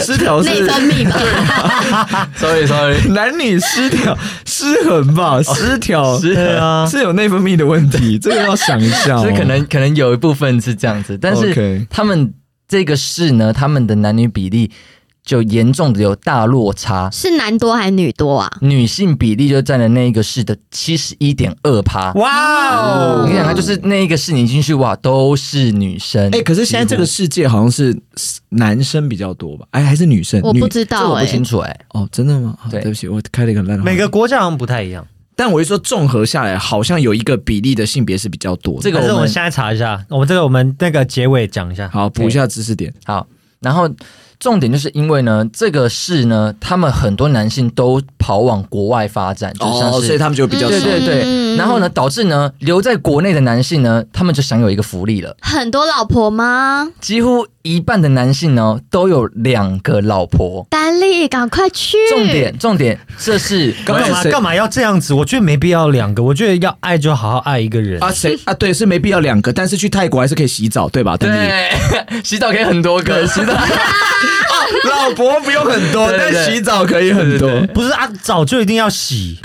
S1: 失调
S4: 内
S1: 哦是
S4: 分泌吧，
S3: ，sorry sorry，
S1: 男女失调失衡吧，哦失调
S2: 对啊，
S1: 是有内分泌的问题， 这个要想一下哦。
S3: 就是可能可能有一部分是这样子，但
S1: OK
S3: 是他们这个市呢，他们的男女比例就严重的有大落 差，
S4: 是男多还是女多啊？
S3: 女性比例就占了那一个市的七十一点二趴。
S2: 哇
S3: 我
S2: 哦
S3: 跟你！讲，它就是那一个市，你进去哇，都是女生。
S1: 哎、可是现在这个世界好像是男生比较多吧？哎，还是女生？
S4: 我
S1: 女
S4: 不知
S3: 这
S4: 道
S3: 我不
S4: 哎、
S3: 清楚哎、
S1: 哦，真的吗？啊
S3: 对
S1: 对不起，我开了一个烂话。
S2: 每个国家好像不太一样，
S1: 但我一说综合下来，好像有一个比例的性别是比较多的。
S3: 这个
S2: 还是
S3: 我
S2: 我们
S3: 们
S2: 现在查一下，我们这个我们那个结尾讲一下。
S1: 好补一下知识点。
S3: 好，然后重点就是因为呢，这个市呢，他们很多男性都跑往国外发展，就像
S1: 哦，所
S3: 是、
S1: 以他们就比较
S4: 嗯
S3: 对
S1: 少。
S3: 对对，然后呢，导致呢留在国内的男性呢，他们就享有一个福利了，
S4: 很多老婆吗？
S3: 几乎一半的男性呢都有两个老婆。
S4: 丹丽，赶快去！
S3: 重点重点，这是
S1: 刚
S2: 干
S1: 才
S2: 嘛
S1: 谁
S2: 干嘛要这样子？我觉得没必要两个，我觉得要爱就好好爱一个人。
S1: 啊，谁啊？对，是没必要两个，但是去泰国还是可以洗澡，对吧？丹妮，
S3: 对洗澡可以很多个，洗澡
S1: 老婆不用很多
S3: 对对对
S1: 澡可以很多。
S2: 不是啊，早就一定要洗，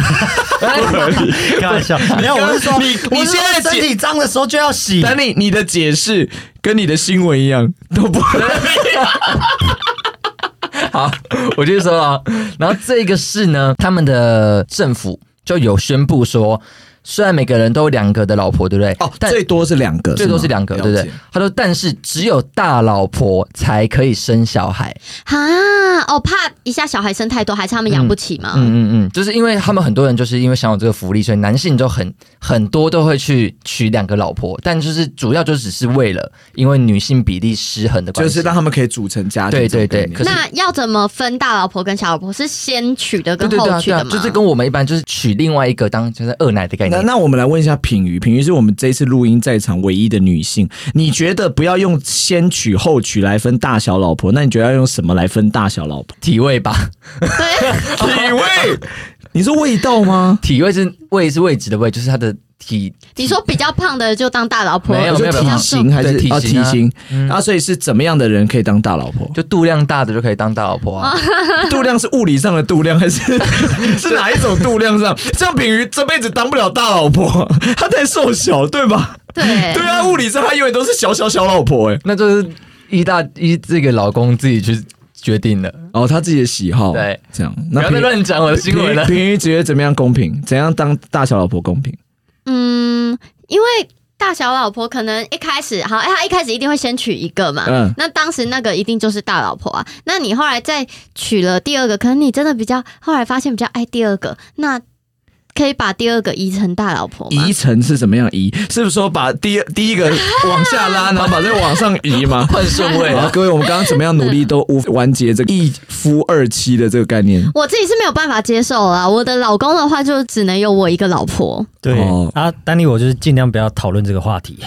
S2: 开玩笑。没有，我是说，
S1: 你你
S2: 我是说
S1: 现在解
S2: 身体脏的时候就要洗。
S1: 丹尼，你的解释跟你的新闻一样，都不
S3: 啊好，我继续说了哦。然后这个市呢，他们的政府就有宣布说，虽然每个人都有两个的老婆，对不对？
S1: 哦，
S3: 但
S1: 最多是两个，
S3: 最多是两个，
S1: 吗
S3: 对不？
S1: 了
S3: 对
S1: 解？
S3: 他说，但是只有大老婆才可以生小孩。
S4: 哈，哦，怕一下小孩生太多，还是他们养不起吗？
S3: 嗯嗯嗯，就是因为他们很多人就是因为享有这个福利，所以男性就很很多都会去娶两个老婆，但就是主要就只是为了因为女性比例失衡的关
S1: 就
S3: 系，
S1: 是让他们可以组成家庭
S3: 对
S1: 这种概
S3: 对
S1: 念。
S3: 对可是
S4: 那要怎么分大老婆跟小老婆？是先娶的
S3: 对
S4: 跟
S3: 对对
S4: 后
S3: 啊
S4: 娶
S3: 对
S4: 的
S3: 啊，
S4: 吗？
S3: 就是跟我们一般就是娶另外一个当就是二奶的概
S1: 那
S3: 念。
S1: 那我们来问一下品瑜，品瑜是我们这一次录音在场唯一的女性。你觉得不要用先娶后娶来分大小老婆，那你觉得要用什么来分大小老 婆？
S3: 体味吧，
S4: 对，
S1: 体味？ 你说味道吗？
S3: 体味是味是位置的味，就是它的体
S4: 你说比较胖的就当大老婆，
S3: 没有
S1: 你
S3: 没
S1: 说体
S4: 比
S3: 有
S4: 较
S3: 没有
S4: 瘦
S1: 型还是
S3: 对
S1: 啊
S3: 体型
S1: 体
S3: 啊
S1: 型啊？所以是怎么样的人可以当大老婆？
S3: 就度量大的就可以当大老婆啊。
S4: 哦
S1: 度量是物理上的度量， 还是是哪一种度量上？像品瑜这辈子当不了大老婆，她太瘦小，对吧？
S4: 对
S1: 对啊，物理上她永远都是小小小老婆哎、欸。
S3: 那就是依大依这个老公自己去决定的，
S1: 哦，她自己的喜好
S3: 对
S1: 这样。
S3: 不
S1: 那
S3: 要
S1: 品
S3: 再
S1: 瑜
S3: 乱讲我的新闻了。
S1: 平平鱼觉得怎么样公平？怎样当大小老婆公平？
S4: 嗯，因为大小老婆可能一开始好，哎，他一开始一定会先娶一个嘛。
S1: 嗯
S4: 那当时那个一定就是大老婆啊。那你后来再娶了第二个，可能你真的比较后来发现比较爱第二个，那可以把第二个移成大老婆吗
S1: 移？成是怎么样移？是不是说把第第一个往下拉， 然后把这个往上移吗？
S3: 换顺位
S1: 好，
S3: 了，
S1: 各位，我们刚刚怎么样努力都无完结这个一夫二妻的这个概念。
S4: 我自己是没有办法接受啦。我的老公的话，就只能有我一个老婆。
S2: 对、
S1: 哦
S2: 啊，丹尼，我就是尽量不要讨论这个话 题。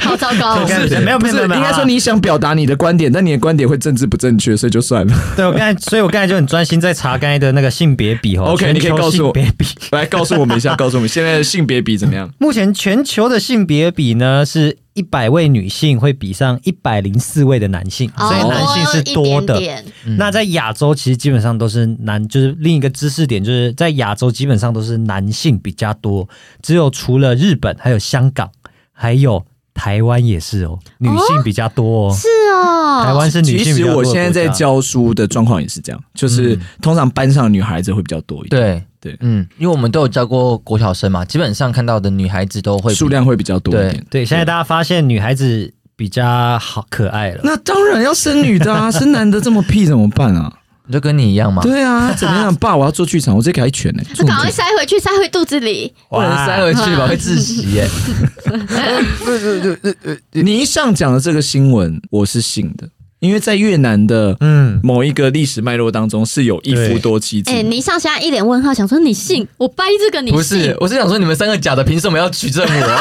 S4: 好糟 糕哦、
S2: 应该
S1: 不是
S2: 没有
S1: 不
S2: 没有
S1: 是
S2: 没有没有
S1: 应该说
S2: 啊
S1: 你想表达你的观点，但你的观点会政治不正确，所以就算了。
S2: 对我刚才，所以我刚才就很专心在查刚才的那个性别比哦。
S1: OK，
S2: 全
S1: 你可以
S2: 球
S1: 告诉我
S2: 性别比。
S1: 来告诉我们一下，告诉我们现在的性别比怎么样？
S2: 目前全球的性别比呢是一百位女性会比上一百零四位的男性，所以男性是多
S4: 多
S2: 的。
S4: 哦一点点，
S3: 嗯
S2: 那在亚洲其实基本上都是男，就是另一个知识点，就是在亚洲基本上都是男性比较多，只有除了日本，还有香港，还有台湾也是哦，女性比较多哦。
S4: 是哦。
S2: 台湾是女
S1: 其
S2: 性比
S1: 实
S2: 较多的
S1: 我
S2: 国家。
S1: 现在在教书的状况也是这样，就是通常班上的女孩子会比较多一点，
S3: 对
S1: 对
S3: 嗯，因为我们都有教过国小生嘛，基本上看到的女孩子都会比
S1: 数量会比较多一点。
S2: 对，现在大家发现女孩子比较好可爱了。
S1: 那当然要生女的 啊，生男的这么屁怎么办啊？
S3: 你就跟你一样嘛，
S1: 对啊，怎么样？爸，我要做剧场，我直接给他一拳 呢、
S4: 就赶快塞回去，塞回肚子里。
S3: 不能塞回去吧，会窒息耶。
S1: 你一上讲的这个新闻，我是信的，因为在越南的
S2: 嗯，
S1: 某一个历史脉络当中是有一夫多妻制
S4: 哎、。倪尚现在一脸问号，想说你信？我掰这 个你信？
S3: 不是，我是想说你们三个假的，凭什么要取证我？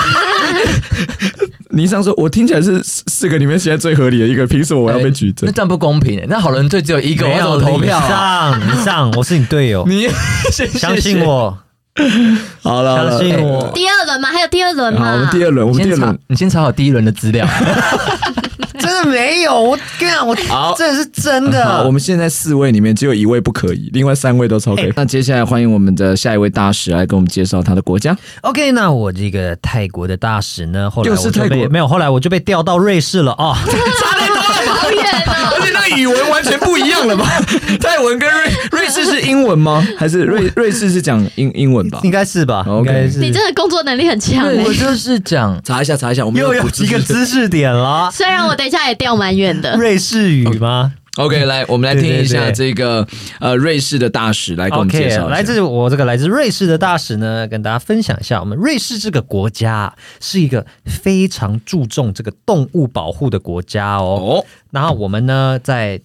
S1: 你一上说，我听起来是四四个里面现在最合理的一个，凭什么我要被举证
S3: 哎那？这样不公平耶。那好人队只有一个，我
S2: 没
S3: 要
S2: 有
S3: 怎么投票啊？
S2: 你上，你上，我是你队 友，
S3: 你
S2: 相信，我，
S1: 好了，好了
S2: 相信我。
S3: 呃
S4: 第二轮嘛，还有第二轮
S1: 好，
S2: 啊
S4: 嘛。
S1: 我们第二轮，我们
S3: 谢谢
S1: 第
S3: 你
S1: 二
S3: 先查
S1: 轮，，
S3: 你先查好第一轮的资料。
S2: 真的没有，我跟你讲，我
S1: 好
S2: 这是真
S1: 好，我们现在四位里面只有一位不可以，另外三位都超可以。那接下来欢迎我们的下一位大使来给我们介绍他的国家。
S2: OK，那我这个泰国的大使呢，后来
S1: 又是
S2: 我就
S1: 泰
S2: 被
S1: 国
S2: 没有，后来我就被调到瑞士了哦。
S4: 好远哦。
S1: 而且那语文完全不一样了吧？ 泰文跟瑞瑞士是英文吗？还是瑞瑞士是讲英英文吧？
S2: 应该是吧
S1: OK
S2: 应该是。
S4: 你真的工作能力很强
S3: 对，
S4: 哎、
S3: 我就是讲，
S1: 查一下，查一下，我们
S2: 又有
S1: 补知
S2: 一个
S1: 识
S2: 知识点了，
S4: 虽然我等一下也掉蛮远的。
S2: 瑞士语吗
S1: OK，来，我们来听一下
S2: 对
S1: 这个呃瑞士的大使哦来给我们介
S2: ？OK，
S1: 绍一下。
S2: 来自我这个来自瑞士的大使呢，跟大家分享一下，我们瑞士这个国家啊是一个非常注重这个动物保护的国家哦。
S1: 哦，
S2: 然后我们呢，在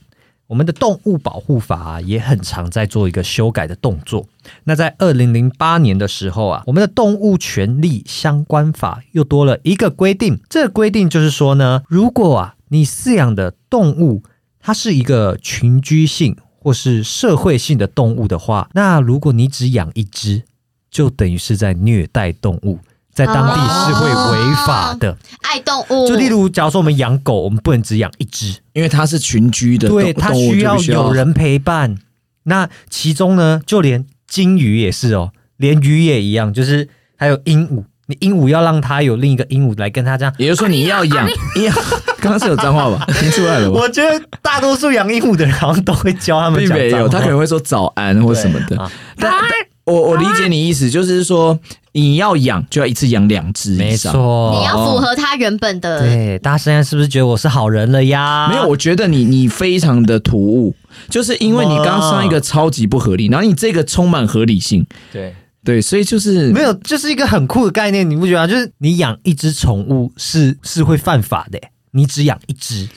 S2: 我们的动物保护法啊、也很常在做一个修改的动作。那在二零零八年的时候啊，我们的动物权利相关法又多了一个规定。这个规定就是说呢，如果啊你饲养的动物它是一个群居性或是社会性的动物的话，那如果你只养一只，就等于是在虐待动物，在当地是会违法的。
S4: 爱动物，
S2: 就例如，假如说我们养狗，我们不能只养一只，
S1: 因为它是群居的动，
S2: 对，它
S1: 动物
S2: 需
S1: 就
S2: 要
S1: 必须
S2: 有人陪伴。那其中呢，就连金鱼也是哦，连鱼也一样，就是还有鹦鹉，你鹦鹉要让它有另一个鹦鹉来跟它 这样。
S1: 也就是说哦 你要养养，刚刚是有脏话 吧？听出来了吧？
S2: 我觉得大多数养鹦鹉的人好像都会教他们
S1: 并
S2: 讲
S1: 没有，
S2: 脏
S1: 他
S2: 话
S1: 可能会说早安或什么的。
S2: 啊
S1: 但但我我理解你意思，就是说你要养就要一次养两只以
S2: 没
S1: 上。
S4: 你
S2: 错。
S4: 要符合他原本的
S2: 哦对，大家现在是不是觉得我是好人了呀？
S1: 没有，我觉得你你非常的突兀，就是因为你刚上一个超级不合理，然后你这个充满合理性，
S3: 对，
S1: 对，所以就是
S2: 没有，就是一个很酷的概念，你不觉得吗？就是你养一只宠物是是会犯法的，欸你只养一只，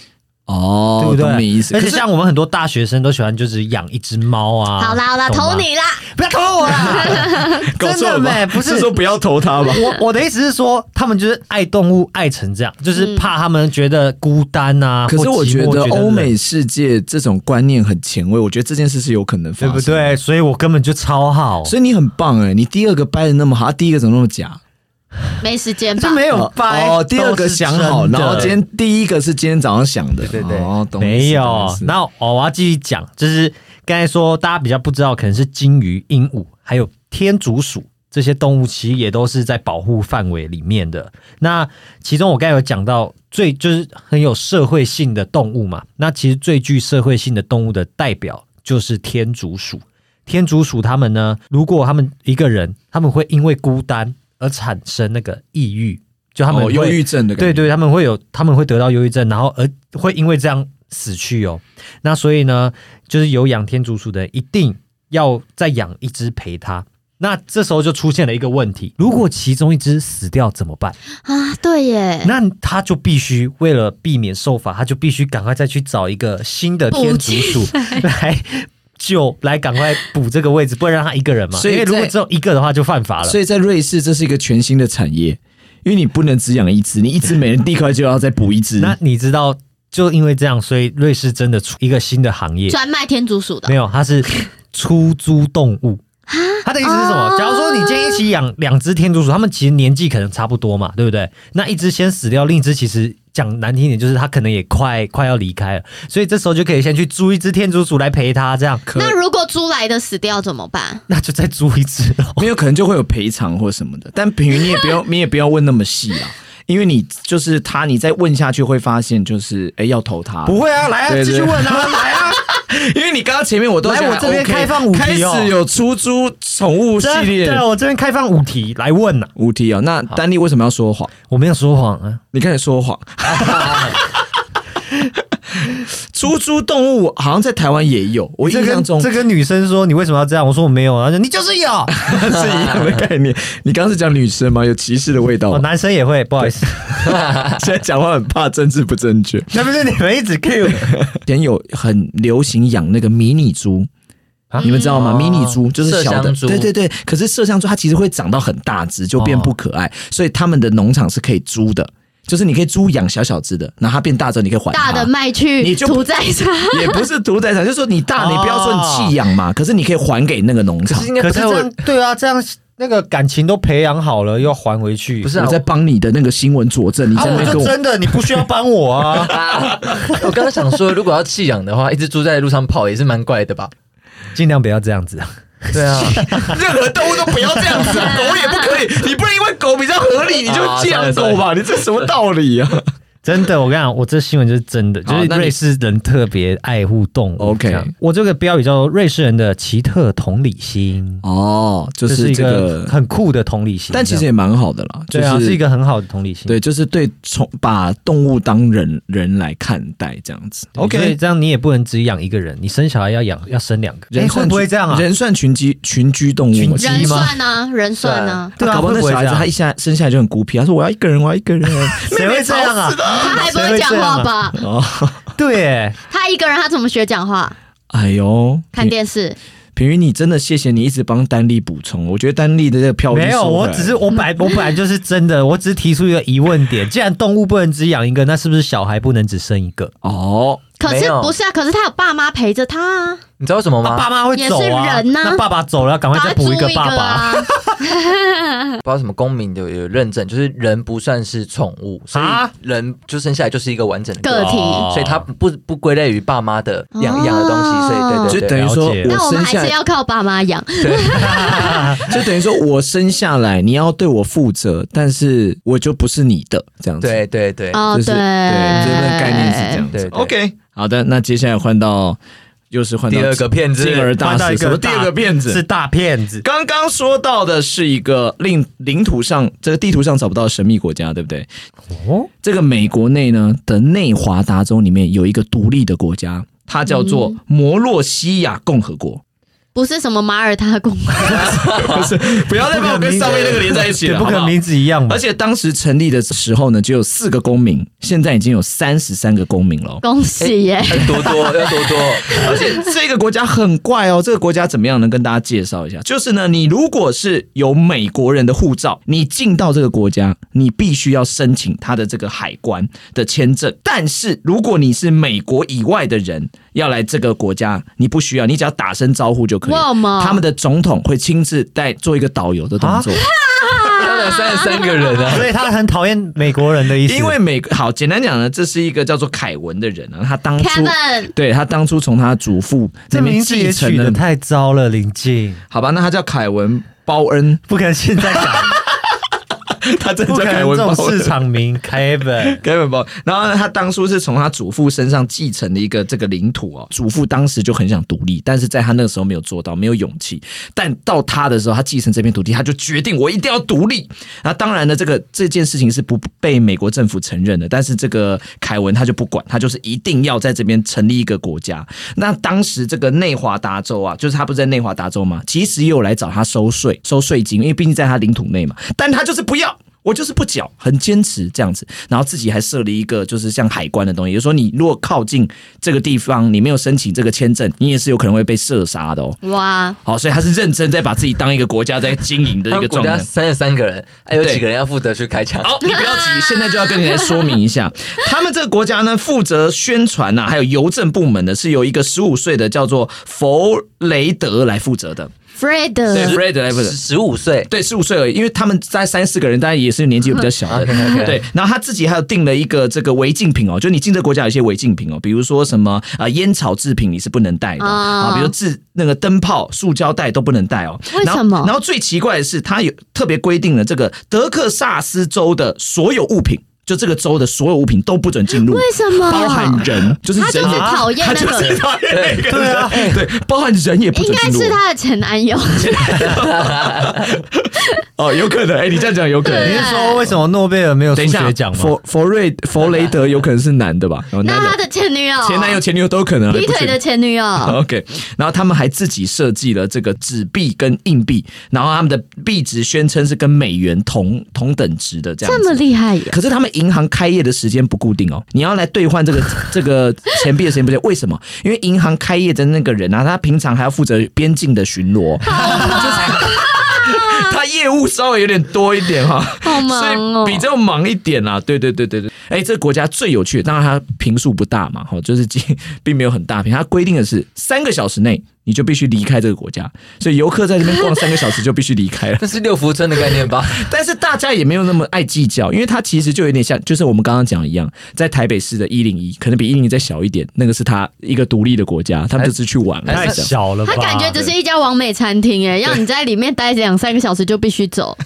S1: 哦，
S2: 对不对？
S1: 懂你意思。
S2: 而且
S1: 可是
S2: 像我们很多大学生都喜欢，就只养一只猫啊。
S4: 好啦好啦，
S2: 懂吗
S4: 投，你啦！
S2: 不要投我啦！
S1: 搞
S2: 真
S1: 错
S2: 的
S1: 了
S2: 没，
S1: 吧
S2: 不
S1: 是说不要投他吧？
S2: 我我的意思是说，他们就是爱动物爱成这样，就是怕他们觉得孤单啊。
S1: 嗯可是
S2: 或
S1: 我
S2: 寂寞
S1: 觉得
S2: 冷
S1: 欧美世界这种观念很前卫，我觉得这件事是有可能发
S2: 对
S1: 生，
S2: 不？对？所以我根本就超好，
S1: 所以你很棒哎、你第二个掰的那么好，啊第一个怎么那么假？
S4: 没时间吧
S2: 就？没有掰
S1: 哦，第二个想好，然后今天第一个是今天早上想的，
S3: 对对对
S1: 哦，懂
S2: 没有。
S1: 那
S2: 那我我要继续讲，就是刚才说大家比较不知道，可能是金鱼、鹦鹉还有天竺鼠这些动物，其实也都是在保护范围里面的。那其中我刚才有讲到最就是很有社会性的动物嘛，那其实最具社会性的动物的代表就是天竺鼠。天竺鼠它们呢，如果他们一个人，他们会因为孤单而产生那个抑郁，就他们
S1: 哦，
S2: 会
S1: 忧郁症的感
S2: 对
S1: 觉，
S2: 对，他们会有，他们会得到忧郁症，然后而会因为这样死去哦。那所以呢，就是有养天竺鼠的人一定要再养一只陪它。那这时候就出现了一个问题：如果其中一只死掉怎么办？
S4: 啊，对耶，
S2: 那他就必须为了避免受罚，他就必须赶快再去找一个新的天竺鼠来救，来赶快补这个位置，不能让他一个人嘛。
S1: 所以
S2: 因为如果
S1: 在
S2: 只有一个的话，就犯法了。
S1: 所以在瑞士，这是一个全新的产业，因为你不能只养一只，你一只没人，立刻就要再补一只。
S2: 那你知道，就因为这样，所以瑞士真的出一个新的行业，
S4: 专卖天竺鼠的
S2: 没，有，它是出租动物。它的意思是什么？
S4: 哦
S2: 假如说你今天一起养两只天竺鼠，它们其实年纪可能差不多嘛，对不对？那一只先死掉，另一只其实讲难听一点，就是它可能也快快要离开了，所以这时候就可以先去租一只天竺鼠来陪它，这样
S1: 可
S4: 那如果租来的死掉怎么办？
S2: 那就再租一只咯。
S1: 没有可能就会有赔偿或什么的，但平云你也 不要，你也不要问那么细啊，因为你就是他，你再问下去会发现就是哎要投他，
S2: 会啊，来
S1: 对对
S2: 啊，来 啊！
S1: 因为你刚刚前面我都
S2: 来
S1: 讲
S2: 我这边
S1: OK，
S2: 开放五
S1: 开
S2: 题哦
S1: 始有出租宠物系
S2: 真
S1: 列
S2: 的，我这边开放五题来问啊呐、
S1: 五题哦。那丹妮为什么要说谎？
S2: 我没有说谎啊。
S1: 你开始说谎。出租动物好像在台湾也有，我
S2: 这
S1: 印
S2: 跟
S1: 象中
S2: 这跟女生说你为什么要这样？我说我没有啊，她说你就是有。
S1: 是一 样的概念。你刚刚是讲女生吗？有歧视的味道
S2: 哦，
S1: 吗。
S2: 男生也会，不好意 思，
S1: 现在讲话很怕政治不正确。
S2: 那不是你们一直 Q
S1: 以前有很流行养那个迷你猪。你们知道吗？
S3: 嗯
S1: 迷你猪就是小
S3: 麝
S1: 的
S3: 香，猪
S1: 对对对。可是麝香猪它其实会长到很大只，就变不可爱，所以他们的农场是可以租的，就是你可以租养小小只的，然后它变大之后你可以还它
S4: 大
S2: 啊
S4: 的卖
S1: 你
S4: 去
S1: 就
S4: 屠宰场，
S1: 也不是屠宰场，就是说你大，
S2: 哦
S1: 你不要说你弃养嘛，可是你可以还给那个农
S3: 可
S1: 场
S3: 是。应该
S2: 可
S3: 不
S2: 是
S3: 太
S2: 这样
S3: 会，
S2: 对啊，这样那个感情都培养好了，又还回去。
S3: 不是
S1: 我
S3: 啊，
S1: 在帮你的那个新闻佐证，你
S2: 啊，
S1: 在那
S2: 我
S1: 边跟
S2: 就
S1: 我
S2: 真的，你不需要帮我 啊。
S3: 我刚刚想说，如果要弃养的话，一只猪在路上跑也是蛮怪的吧？
S2: 尽量不要这样子啊。
S3: 对啊，
S1: 任何动物都不要这样子、 啊，狗也不可以。你不能因为狗比较合理，你就弃养狗 吧？你这什么道理啊
S2: 真的，我跟你讲，我这新闻就是真的，就
S1: 好
S2: 是
S1: 那你
S2: 瑞士人特别爱护动物。
S1: OK
S2: 这样我这个标语叫做“瑞士人的奇特同理心”，
S1: 哦，就
S2: 这
S1: 是
S2: 一
S1: 这
S2: 个
S1: 个，
S2: 很酷的同理心。
S1: 但其实
S2: 这样
S1: 也蛮好的啦，就
S2: 对啊，是一
S1: 是。
S2: 个很好的同理心。
S1: 对，就是对宠把动物当人人来看待这样子。
S2: 对所以
S1: OK，
S2: 这样你也不能只养一个人，你生小孩要养要生两个。哎，
S1: 人
S2: 会
S1: 算
S2: 不会这样啊？
S1: 人算群居群居动物
S2: 群
S1: 吗，
S2: 鸡
S4: 人
S2: 吗
S4: 算啊，人算啊，
S2: 对啊，
S1: 搞不好
S2: 会
S1: 那
S2: 不会
S1: 小孩
S2: 这
S1: 子
S2: 样
S1: 他一？下生下来就很孤僻，他说我要一个人，我要一个人。
S2: 谁会这样啊？
S4: 他还不
S2: 谁会
S4: 会讲
S2: 这样啊
S4: 话吧？
S1: 哦，
S2: 对耶，
S4: 他一个人他怎么学讲话？
S1: 哎呦，
S4: 看电视，
S1: 平云，你真的谢谢你一直帮丹丽补充，我觉得丹丽的这个票
S2: 没有，
S1: 收回
S2: 我
S1: 来
S2: 只是我本来 我本来就是真的，我只是提出一个疑问点：既然动物不能只养一个，那是不是小孩不能只生一个？
S1: 哦，
S4: 可
S3: 没
S4: 是
S3: 有
S4: 不是啊？可是他有爸妈陪着他啊，
S3: 你知道为什么
S2: 那
S3: 吗？
S2: 爸妈会走
S4: 也
S2: 啊，
S4: 是人啊
S2: 那爸爸走了，赶快
S4: 赶
S2: 再
S4: 快租
S2: 补一个爸
S4: 个
S2: 爸。
S4: 啊！
S3: 不知道什么公民的有认证，就是人不算是宠物，所以
S2: 啊
S3: 人就生下来就是一个完整的
S4: 个体
S2: 哦
S3: 所以它不不归类于爸妈的养养的东西，所
S2: 哦
S3: 以对对对，
S1: 就等于
S2: 了
S1: 说
S2: 解
S4: 那我
S1: 我
S4: 们
S1: 生下
S4: 还是
S1: 来，
S4: 要靠爸妈养，
S1: 就等于说我生下来，你要对我负责，但是我就不是你的这样子。
S3: 对对对，
S4: 哦，
S1: 就是对，就是那个概念是这样子。
S3: 对对
S1: OK，好的，那接下来换到又是换到
S3: 第二个骗子
S1: 进而大
S2: 换到一
S1: 师，
S2: 个
S1: 什么第二个骗子
S2: 是？大骗子，
S1: 刚刚说到的是一个令领土上这个地图上找不到的神秘国家，对不对？
S2: 哦，
S1: 这个美国内呢的内华达州里面有一个独立的国家，它叫做摩洛西亚共和国。
S4: 不是什么马耳他公国，
S1: 不是， 不要再把我跟上面那个连在一起
S2: 也
S1: 了，
S2: 不
S1: 好不
S2: 跟
S1: 好？
S2: 名字一样吧
S1: 而？且当时成立的时候呢，只有四个公民，现在已经有三十三个公民了。
S4: 恭喜耶！
S3: 要多多要多多，
S1: 而且这个国家很怪哦，这个国家怎么样呢？跟大家介绍一下，就是呢，你如果是有美国人的护照，你进到这个国家，你必须要申请他的这个海关的签证。但是如果你是美国以外的人要来这个国家，你不需要，你只要打声招呼就可以
S4: 哇
S1: 了
S4: 嘛。
S1: 他们的总统会亲自带做一个导游的动
S2: 啊
S1: 作，
S3: 他们有三十三个人啊，
S2: 所以他很讨厌美国人的意思，
S1: 因为美好简单讲呢，这是一个叫做凯文的人啊，他当初
S4: Kevin，
S1: 对他当初从他祖父那
S2: 这
S1: 边
S2: 名字
S1: 继
S2: 也取
S1: 承
S2: 得
S1: 了
S2: 太糟了，林静，
S1: 好吧，那他叫凯文鲍恩，
S2: 不可能现在讲，
S1: 他真
S2: 不可能这种市。场名 Kevin。
S1: 凯文鲍恩，然后呢，他当初是从他祖父身上继承的一个这个领土哦。祖父当时就很想独立，但是在他那个时候没有做到，没有勇气。但到他的时候，他继承这片土地，他就决定我一定要独立。那当然呢，这个这件事情是不被美国政府承认的，但是这个凯文他就不管，他就是一定要在这边成立一个国家。那当时这个内华达州啊，就是他不是在内华达州嘛，其实也有来找他收税，收税金，因为毕竟在他领土内嘛，但他就是不要。我就是不缴，很坚持这样子，然后自己还设了一个就是像海关的东西，也就是说你如果靠近这个地方，你没有申请这个签证，你也是有可能会被射杀的哦。
S4: 哇，
S1: 好，所以他是认真在把自己当一个国家在经营的
S3: 他
S1: 一
S3: 们
S1: 个
S3: 国
S1: 状
S3: 家
S1: 态。
S3: 三十三个人，哎还有
S1: 对
S3: 几个人要负责去开枪？
S1: 好，你不要急，现在就要跟你来说明一下， 他们这个国家呢，负责宣传呐、还有邮政部门呢，是由一个十五岁的叫做弗雷德来负责的。对
S4: Fred，
S1: ，Fred 来负责
S3: 十。十五岁，
S1: 对，十五岁而已，因为他们在三四个人，当然也是年纪比较小 的。
S3: OK，OK
S1: 对，然后他自己还有定了一个这个违禁品哦，就你进这个国家有一些违禁品哦，比如说什么啊、呃烟草制品你是不能带的哦
S4: 啊
S1: 啊，比如制那个灯泡、塑胶袋都不能带哦。
S4: 为
S1: 然后
S4: 什么
S1: 然后最奇怪的是，他有特别规定了这个德克萨斯州的所有物品，就这个州的所有物品都不准进入。
S4: 为什么？
S1: 包含人，就是
S4: 他就
S1: 人
S4: 是
S1: 也，
S4: 讨厌
S1: 他
S4: 那
S1: 就
S4: 个
S1: 是
S4: 人
S1: 讨厌那个
S2: 对啊
S1: 人，对，包含人也不
S4: 应
S1: 准
S4: 该
S1: 进入。
S4: 是他的前男友，
S1: 哦，有可能，哎，你这样讲有可能，
S4: 对
S2: 你是说为什么诺贝尔没有
S1: 等
S2: 数
S1: 一下
S2: 学，奖吗？
S1: 佛佛瑞佛雷德有可能是男 的吧？哦
S4: 那
S1: 男的
S4: 他的前女友，
S1: 前男友、前女友都有可能啊。
S4: 劈
S1: 也不
S4: 腿
S1: 确定
S4: 的前女友，
S1: OK，然后他们还自己设计了这个纸币跟硬币，然后他们的币值宣称是跟美元同同等值的这样
S4: 这么
S1: 子。
S4: 厉害呀！
S1: 可是他们银行开业的时间不固定哦，你要来兑换这个 这个钱币的时间不对，为什么？因为银行开业的那个人啊，他平常还要负责边境的巡逻， 他业务稍微有点多一点哈、
S4: 好忙哦
S1: 所以比较忙一点啦、对对对对对，哎，这个国家最有趣的，当然它频数不大嘛，哈，就是几 并没有很大频。它规定的是三个小时内你就必须离开这个国家，所以游客在这边逛三个小时就必须离开 了。
S3: 这是六福村的概念吧？
S1: 但是大家也没有那么爱计较，因为它其实就有点像，就是我们刚刚讲的一样，在台北市的一零一，可能比一零一再小一点，那个是它一个独立的国家，他们就只是去玩了。
S2: 太
S1: 这样
S2: 小了吧？
S4: 他感觉只是一家完美餐厅，哎，让你在里面待两三个小时就必须 走。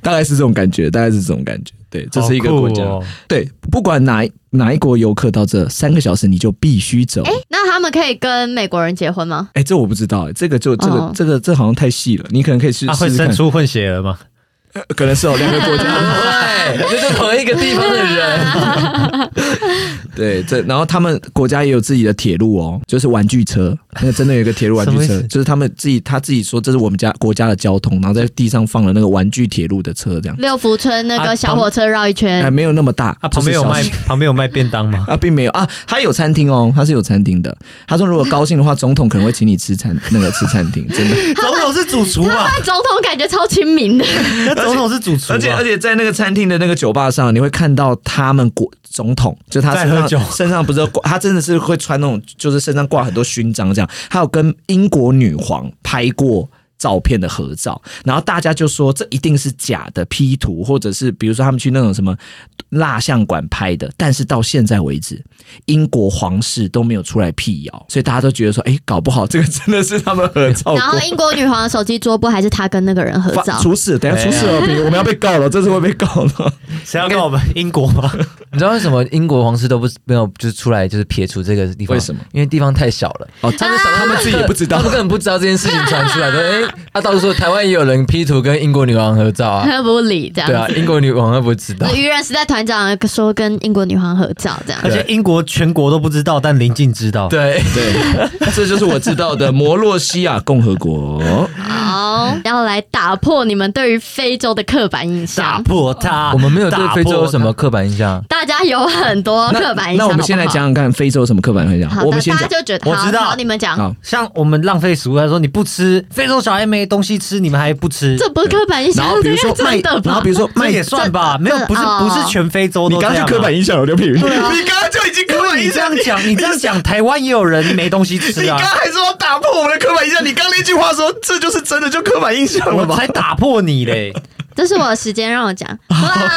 S1: 大概是这种感觉，大概是这种感觉。对，这是一个
S2: 好酷
S1: 国家。
S2: 哦
S1: 对，不管哪一哪一国游客到这三个小时，你就必须走。哎、
S4: 那他们可以跟美国人结婚吗？
S1: 这我不知道、哎这个就这个、
S4: 哦
S1: 这个这好像太细了，你可能可以试
S2: 他
S1: 试
S2: 啊会
S1: 试
S2: 生
S1: 看。
S2: 出混血儿吗？
S1: 可能是有两个国家。
S3: 对，就是同一个地方的人，
S1: 对，这然后他们国家也有自己的铁路哦，就是玩具车，那个真的有一个铁路玩具
S2: 什么
S1: 车
S2: 意思，
S1: 就是他们自己他自己说这是我们家国家的交通，然后在地上放了那个玩具铁路的车这样，
S4: 六福村那
S1: 啊
S4: 个小火车绕
S1: 还
S4: 一圈，
S1: 没有那么大，就
S2: 啊，旁
S1: 是
S2: 边有
S1: 小
S2: 卖旁边有卖便当吗？
S1: 啊，并没有啊，他有餐厅哦，他是有餐厅的。他说如果高兴的话，总统可能会请你吃餐那个吃餐厅，真的。
S2: 总统是主厨吧？
S4: 但总统感觉超亲民 的，
S1: 啊
S2: 那总统是主厨吧？啊
S1: 且在那个餐厅的那个酒吧上，你会看到他们国总统，就他身
S2: 在喝酒
S1: 上身上不是有 挂，他真的是会穿那种，就是身上挂很多勋章这样。还有跟英国女皇拍过。照片的合照，然后大家就说这一定是假的 P 图，或者是比如说他们去那种什么蜡像馆拍的，但是到现在为止，英国皇室都没有出来辟谣，所以大家都觉得说，哎，搞不好这个真的是他们合照过。
S4: 然后英国女皇的手机桌布还是她跟那个人合
S1: 哦发
S4: 照，
S1: 出事，等一下出事了，比我们要被告了，这次会被告了。
S2: 谁要跟我们英国吗？
S3: 你知道为什么英国皇室都不没有就是出来就是撇除这个地方？
S1: 为什么？
S3: 因为地方太小了，
S1: 哦，
S4: 啊
S1: 他们他们自己也不知
S3: 他
S1: 道
S3: 们，根本不知道这件事情传出来的。哎、他、到处说台湾也有人 P 图跟英国女王合照 啊，
S4: 她不理这样
S3: 对
S4: 子。
S3: 啊，英国女王她不会知 道
S1: 啊
S4: 那。愚人时代团长说跟英国女皇合照这样
S1: 哎
S2: 而，且英国全国都不知道，但邻近知道。
S3: 对，
S1: 对，这就是我知道的摩洛西亚共和国。
S4: 好，要来打破你们对于非洲的刻板印
S2: 打
S4: 象。
S2: 破它！
S1: 啊
S3: 我们没有对
S2: 打破
S3: 非洲有什么
S2: 它
S3: 刻板印象。
S4: 大家有很多刻板印
S1: 那
S4: 象，
S1: 我们先来
S4: 好不好
S1: 讲讲看非洲有什么刻板印
S4: 好
S1: 象。
S4: 的，
S1: 我们先
S4: 大
S1: 讲
S4: 家就觉得
S2: 我
S4: 好
S2: 知道
S4: 好，你们讲，
S1: 好，
S2: 像我们浪费食物，他说你不吃，非洲小孩没东西吃，你们还不吃，
S4: 这不是刻板印
S1: 然
S4: 象
S1: 后，比
S4: 这
S1: 如
S4: 是
S1: 说
S4: 真
S1: 麦
S4: 的，
S1: 然后
S4: 吧
S1: 比？如说
S2: 那
S1: 麦
S2: 也，算吧，没有，不是
S4: 这哦
S2: 不是全非洲
S1: 你
S2: 都这
S1: 刚刚
S2: 样
S1: 就
S2: 啊。
S1: 刻板印象了，刘品瑜，
S4: 对啊
S1: 你刚刚就已经刻
S2: 因
S1: 板
S2: 为
S1: 印
S2: 你这
S1: 象
S2: 样。 讲，你这样讲，台湾也有人没东西吃
S1: 你刚
S2: 啊
S1: 刚。还说要打破我们的刻板印象，你刚刚那句话说这就是真的，就刻板印象了
S2: 我
S1: 吧？
S2: 才打破你嘞！
S4: 这是我的时间，让我讲。
S1: 啊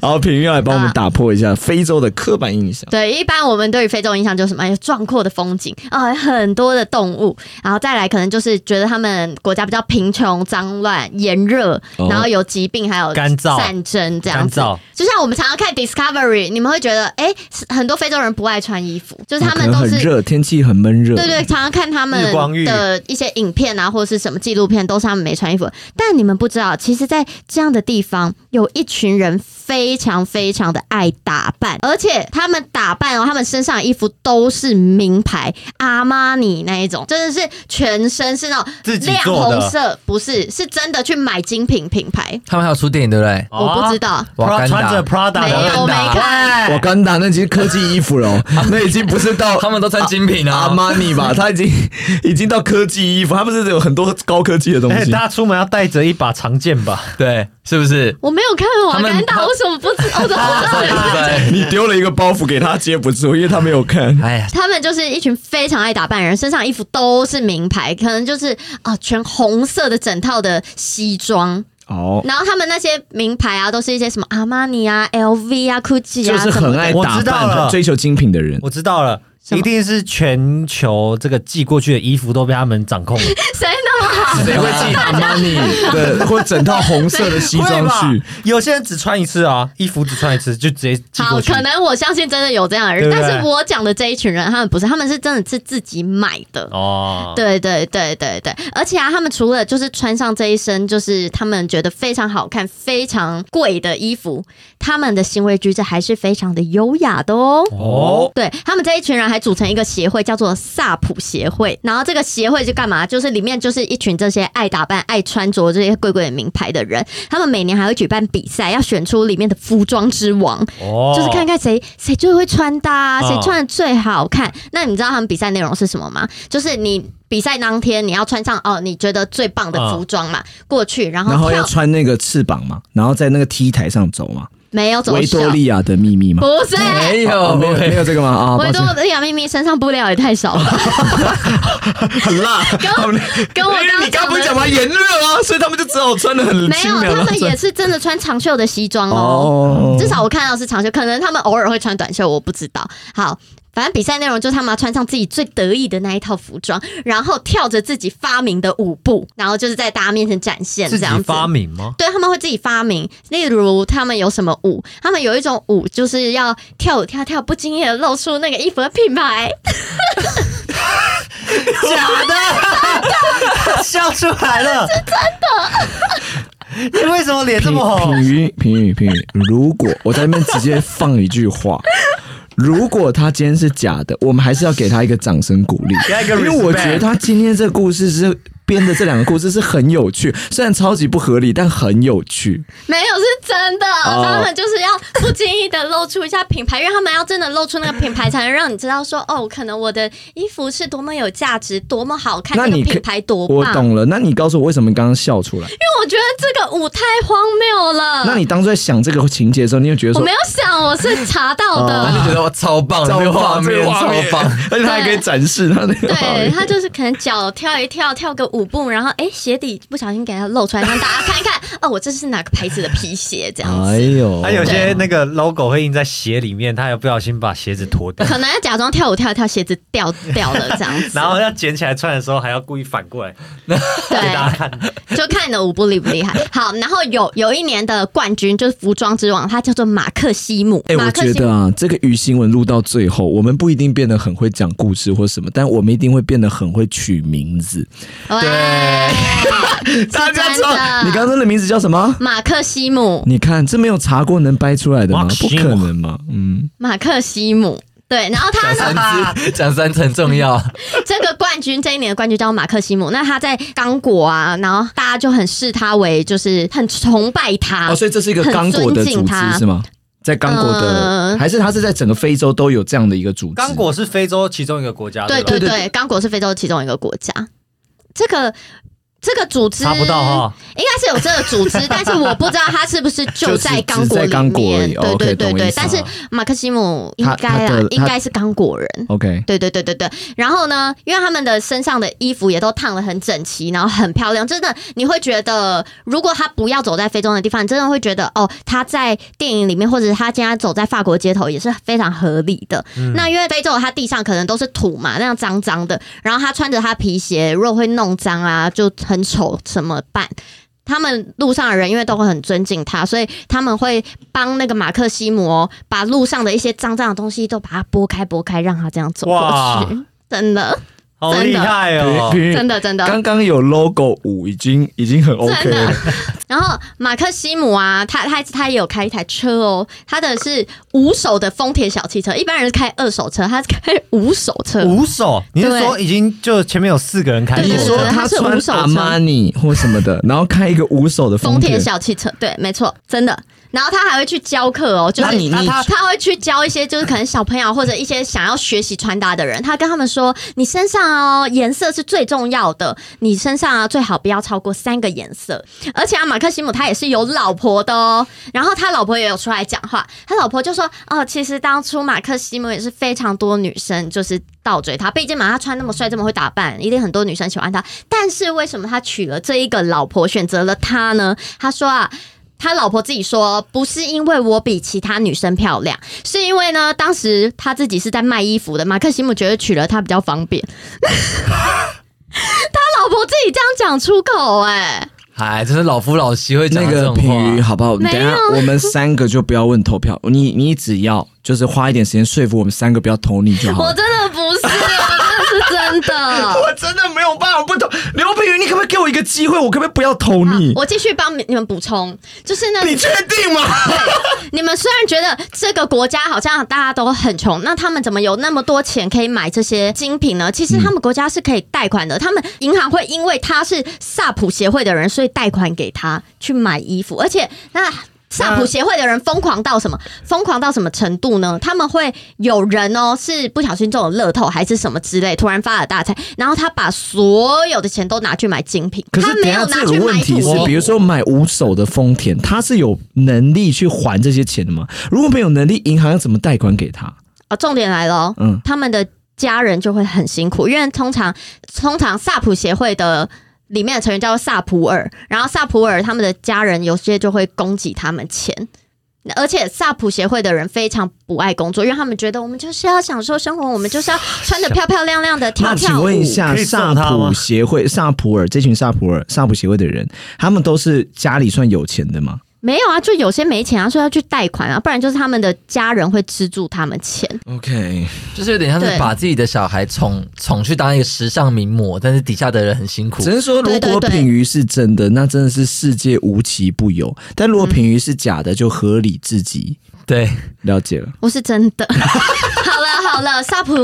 S1: 好，品瑜要来帮我们打破一下非洲的刻板印象。
S4: 对，一般我们对于非洲印象就是什么？哎有壮阔的风景啊、很多的动物，然后再来可能就是觉得他们国家比较贫穷、脏乱、炎热，
S1: 哦
S4: 然后有疾病，还有
S2: 干燥
S4: 战争这样子
S2: 干燥。
S4: 就像我们常常看 Discovery，你们会觉得，哎，是很多非洲人不爱穿衣服，就是他
S1: 哦可
S4: 们
S1: 能
S4: 都
S1: 很
S4: 是。
S1: 热，天气很闷热。
S4: 对对，常常看他们
S2: 日光浴
S4: 的一些影片啊，或者是什么纪录片，都是他们没穿衣服。但你们不知道，其实，在这样的地方，有一群人非常非常的爱打扮，而且他们打扮哦，他们身上的衣服都是名牌，阿玛尼那一种，真的是全身是那种
S2: 自己
S4: 亮
S2: 做的
S4: 红色，不是，是真的去买精品品牌。
S3: 他们还有出电影对不对？
S4: 我不知道，
S3: 瓦
S2: 他
S3: 干达
S2: 穿着 Prada
S4: 没
S2: 的，哎
S4: 有我没看
S1: 瓦干达那已经科技衣服了哦，那已经不是到
S3: 他们都穿精品
S1: 阿
S3: 啊。
S1: 玛尼吧，他已经已经到科技衣服，他们是有很多高科技的东
S2: 哎，
S1: 西。
S2: 大家出门要带着一把长剑 吧？
S3: 对，是不 是？
S4: 我没有看
S3: 他
S4: 瓦
S3: 们
S4: 干达，
S3: 他
S4: 为什么不知道？我怎么不知道
S3: 对对
S1: 你丢了一个包袱给他接不住，因为他没有看。
S3: 哎呀，
S4: 他们就是一群非常爱打扮的人，身上衣服都是名牌，可能就是啊、全红色的整套的西装。
S1: 哦，
S4: 然后他们那些名牌啊，都是一些什么阿玛尼啊、LV 啊、GUCCI
S1: 就
S4: 啊
S1: 是
S4: 什么
S1: 很
S4: 的。
S1: 爱
S2: 我
S1: 打
S2: 知道
S1: 扮、
S2: 了
S1: 很追求精品的人。
S2: 我知道了。
S4: 什么
S2: 一定是全球这个寄过去的衣服都被他们掌 控了，
S4: 谁那么好？
S1: 谁会寄阿玛尼的或整套红色的西装
S2: 会
S1: 去
S2: 吧？有些人只穿一次啊，衣服只穿一次就直接寄
S4: 好，
S2: 过去
S4: 可。能我相信真的有这样的人，
S2: 对不对
S4: 但是我讲的这一群人，他们不是，他们是真的是自己买的。
S2: 哦，
S4: 对对对对对，而且啊，他们除了就是穿上这一身就是他们觉得非常好看、非常贵的衣服，他们的行为举止还是非常的优雅的哦。
S2: 哦，
S4: 对他们这一群人还组成一个协会，叫做萨普协会。然后这个协会是干嘛？就是里面就是一群这些爱打扮、爱穿着这些贵贵的名牌的人，他们每年还会举办比赛，要选出里面的服装之王。
S2: 哦，
S4: 就是看看谁谁最会穿搭、
S2: 哦
S4: 谁穿的最好看。那你知道他们比赛内容是什么吗？就是你比赛当天你要穿上哦，你觉得最棒的服装嘛，过去然
S1: 然
S4: 后
S1: 后要
S4: 跳
S1: 穿那个翅膀嘛，然后在那个 T 台上走嘛，
S4: 没有走
S1: 维
S4: 秀
S1: 多，利亚的秘密嘛。
S4: 不是。
S3: 没有
S1: 哦没有没有这个吗？啊，抱
S4: 维
S1: 歉
S4: 多利亚秘密身上布料也太少了，
S1: 很辣。 他们
S4: 跟我
S1: 哎你
S4: 刚
S1: 刚
S4: 刚
S1: 不是讲
S4: 讲的
S1: 吗？炎热啊，所以他们就只好穿的很
S4: 没
S1: 清
S4: 有，
S1: 凉
S4: 他
S1: 啊。
S4: 们也是真的穿长袖的西装
S1: 哦
S4: 哦。至少我看到是长袖，可能他们偶尔会穿短袖，我不知道。好，反正比赛内容就是他们要穿上自己最得意的那一套服装，然后跳着自己发明的舞步，然后就是在大家面前展现这
S2: 自己
S4: 样子。
S2: 发明吗？
S4: 对，他们会自己发明，例如他们有什么舞，他们有一种舞就是要跳舞跳跳，不经意的露出那个衣服的品牌，
S2: 笑出来了，是真的。你为什么脸这
S1: 品
S2: 么红？
S1: 品语品语品语，如果我在那边直接放一句 话，如果他今天是假的，我们还是要给他一个掌声鼓励，
S2: 给他一个
S1: 因为我
S2: respect
S1: 觉得他今天这个故事是编的这两个故事是很有趣，虽然超级不合理，但很有趣。
S4: 没有是真的，
S1: 哦
S4: 他们就是要不经意的露出一下品牌，因为他们要真的露出那个品牌，才能让你知道说，哦，可能我的衣服是多么有价值，多么好看，
S1: 那
S4: 这个
S1: 你可
S4: 品牌多棒。
S1: 我懂了，那你告诉我为什么刚刚笑出来？
S4: 因为我觉得这个舞太荒谬了。
S1: 那你当初在想这个情节的时候，你有觉得
S4: 我
S1: 说哦
S4: 没，有想，我是查到的。
S3: 就觉得我超棒，这个画面超棒。
S1: 而且他还可以展示他那个画
S4: 对
S1: 面。
S4: 他就是可能脚跳一跳，跳个舞步，然后哎鞋底不小心给它露出来，让大家看 一看，哦，我这是哪个牌子的皮鞋这样子。
S1: 哎呦，
S2: 还有些那个 logo 会印在鞋里面，他也不小心把鞋子脱 掉，
S4: 可能要假装跳舞跳一跳，鞋子掉掉了这 样子，
S2: 然后要捡起来穿的时候还要故意反过来给大家
S4: 对，
S2: 看。
S4: 就看你的舞步厉不厉害。 好，然后有有一年的冠军就是服装之王，他叫做马克西姆。
S1: 哎、
S4: 马
S1: 我
S4: 克
S1: 觉
S4: 西姆
S1: 得啊，这个鱼新闻录到最后，我们不一定变得很会讲故事或什么，但我们一定会变得很会取名字。
S4: 对，
S1: 大家
S4: 真
S1: 知道你
S4: 的。
S1: 刚刚的名字叫什么？
S4: 马克西姆，
S1: 你看，这没有查过能掰出来的吗？不
S2: Maxim
S1: 可能嘛，嗯，
S4: 马克西姆，对，然后他
S3: 讲
S4: 呢？
S3: 三次，讲三层重要。
S4: 这个冠军这一年的冠军叫马克西姆，那他在刚果啊，然后大家就很视他为就是很崇拜他。
S1: 哦，所以这是一个
S4: 很
S1: 刚果
S4: 尊
S1: 的组
S4: 敬
S1: 织
S4: 他
S1: 是吗？在刚果的，
S4: 嗯
S1: 还是它是在整个非洲都有这样的一个组织？
S2: 刚果是非洲其中一个国家，
S4: 对
S2: 吧
S4: 对对，刚果是非洲其中一个国家。这个这个组织
S2: 查不到哈，
S4: 应该是有这个组 织，但是我不知道他是不是就在刚果
S1: 就只只在刚
S4: 里
S1: 果而
S4: 面。
S1: 已哦
S4: 对
S1: OK，
S4: 对对
S1: 懂意
S4: 对
S1: 思，
S4: 但是马克西姆应该
S1: 他他
S4: 啦
S1: 的，
S4: 应该是刚果人。
S1: OK，
S4: 对对对对对，然后呢，因为他们的身上的衣服也都烫得很整齐，然后很漂亮，真的你会觉得，如果他不要走在非洲的地方，你真的会觉得哦，他在电影里面或者是他今天走在法国街头也是非常合理的。那因为非洲它地上可能都是土嘛，那样脏脏的，然后他穿着他皮鞋，如果会弄脏啊，就很丑，怎么办？他们路上的人因为都会很尊敬他，所以他们会帮那个马克西姆哦把路上的一些脏脏的东西都把它拨开拨开，让他这样走过去。 真的，
S2: 好厉害哦！
S1: 平
S4: 真的，真的。
S1: 嗯刚刚有 logo 五，已经已经很 OK
S4: 真的
S1: 了。
S4: 然后马克西姆啊，他他他也有开一台车哦，他的是五手的丰田小汽车，一般人是开二手车，他是开五手车。
S2: 五手，你是说已经就前面有四个人开
S4: 对
S1: 你
S2: 过
S4: 对
S1: 说
S4: 对
S1: 他
S4: 它是
S1: 穿
S4: 无手车
S1: 阿玛尼或什么的，然后开一个五手的
S4: 丰
S1: 田
S4: 田小汽车，对，没错，真的。然后他还会去教课哦，就
S1: 那
S4: 是
S1: 你
S4: 他
S1: 你
S4: 他他会去教一些就是可能小朋友或者一些想要学习穿搭的人，他跟他们说，你身上哦颜色是最重要的，你身上啊最好不要超过三个颜色。而且啊，马克西姆他也是有老婆的哦，然后他老婆也有出来讲话，他老婆就说，哦，其实当初马克西姆也是非常多女生就是倒追他，毕竟嘛他穿那么帅，这么会打扮，一定很多女生喜欢他，但是为什么他娶了这一个老婆，选择了他呢？他说啊。他老婆自己说，不是因为我比其他女生漂亮，是因为呢，当时他自己是在卖衣服的，马克西姆觉得娶了他比较方便。他老婆自己这样讲出口、哎，
S3: 哎，真是老夫老妻会讲
S1: 那
S3: 这
S1: 个
S3: 种
S1: 品鱼
S3: 话。
S1: 好不好？等
S4: 没
S1: 一
S4: 有
S1: 下我们三个就不要问投票，你你只要就是花一点时间说服我们三个不要投你就好
S4: 我
S1: 了。
S4: 真的不是，我真的是真的。
S1: 我真的没有办法不投刘品瑜，你可不可以给我一个机会？我可不可以不要投 你？
S4: 我继续帮你们补充，就是呢，
S1: 你确定吗？
S4: 你们虽然觉得这个国家好像大家都很穷，那他们怎么有那么多钱可以买这些精品呢？其实他们国家是可以贷款的，他们银行会因为他是萨普协会的人，所以贷款给他去买衣服，而且那。萨普协会的人疯狂到什么？疯狂到什么程度呢？他们会有人哦，是不小心中了乐透还是什么之类，突然发了大财，然后他把所有的钱都拿去买精品，
S1: 可是
S4: 他
S1: 等
S4: 没
S1: 一下
S4: 有拿
S1: 这
S4: 去
S1: 个问
S4: 买
S1: 题
S4: 土
S1: 是，
S4: 地
S1: 比如说买五手的丰田，他是有能力去还这些钱的吗？如果没有能力，银行要怎么贷款给他？
S4: 啊，重点来了哦，
S1: 嗯
S4: 他们的家人就会很辛苦，因为通常通常萨普协会的。里面的成员叫做萨普尔，然后萨普尔他们的家人有些就会供给他们钱，那而且萨普协会的人非常不爱工作，因为他们觉得我们就是要享受生活，我们就是要穿的漂漂亮亮的跳
S1: 那
S4: 跳
S1: 请
S4: 舞。
S1: 问一下，
S2: 可以送
S1: 萨
S2: 他吗
S1: 普协会、萨普尔这群萨普尔、萨普协会的人，他们都是家里算有钱的吗？
S4: 没有啊，就有些没钱啊，所以要去贷款啊，不然就是他们的家人会资助他们钱。
S1: OK，
S3: 就是有点像是
S4: 对
S3: 把自己的小孩宠宠去当一个时尚名模，但是底下的人很辛苦
S1: 只。是说如
S4: 对对
S1: 果
S4: 对
S1: 品鱼是真的，那真的是世界无奇不有；但如果品鱼是假的，就合理至极。
S3: 对，
S1: 了解了，
S4: 我是真 的。好了好了，萨普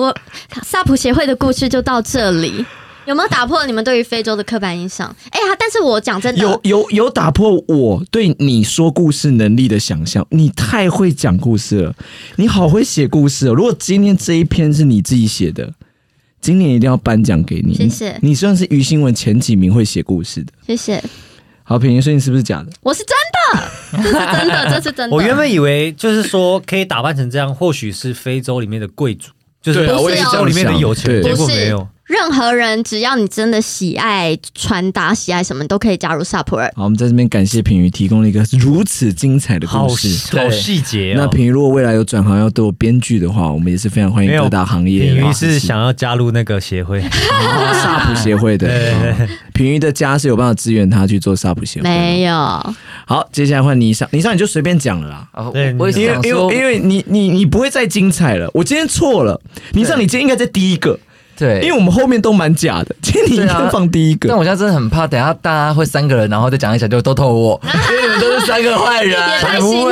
S4: 萨普协会的故事就到这里。有没有打破你们对于非洲的刻板印象？哎、呀，但是我讲真的，
S1: 有有有打破我对你说故事能力的想象，你太会讲故事了，你好会写故事哦。如果今天这一篇是你自己写的，今年一定要颁奖给你。
S4: 谢谢
S1: 你算是于新闻前几名会写故事的。
S4: 谢谢，
S1: 好，品言说你是不是假的？
S4: 我是真的，这是真的，这是真的。
S2: 我原本以为就是说可以打扮成这样，或许是非洲里面的贵族，就是
S4: 对啊我也是这样
S2: 非洲里面的有钱人，
S1: 想
S2: 结果
S4: 对
S2: 没有。
S4: 任何人，只要你真的喜爱穿搭、喜爱什么，你都可以加入萨普尔。
S1: 好，我们在这边感谢品瑜提供了一个如此精彩的
S2: 好
S1: 故事。
S2: 好
S3: 对
S2: 细节
S1: 那
S2: 哦。
S1: 品瑜如果未来有转行要做编剧的话，我们也是非常欢啊迎
S2: 没有
S1: 各大行业。
S2: 品瑜是想要加入那个协会，
S1: 萨 普啊协会的，嗯品瑜的家是有办法支援他去做萨普协会的。
S4: 没有，
S1: 好，接下来换倪尚，倪尚你就随便讲了啦。
S3: 哦
S2: 对
S3: 我
S2: 你
S3: 也是
S1: 因为
S3: 想
S1: 因
S3: 说
S1: 为，因为你你你不会再精彩了，我今天错了。倪尚，你今天应该在第一个，
S3: 对，
S1: 因为我们后面都蛮假的，今天你应
S3: 对
S1: 该
S3: 啊
S1: 放第一
S3: 但
S1: 个。
S3: 我现在真的很怕，等一下大家会三个人，然后再讲一讲就都投我，因为你们都是三个坏 人。
S4: 别太
S3: 才
S4: 心
S3: 不
S4: 机了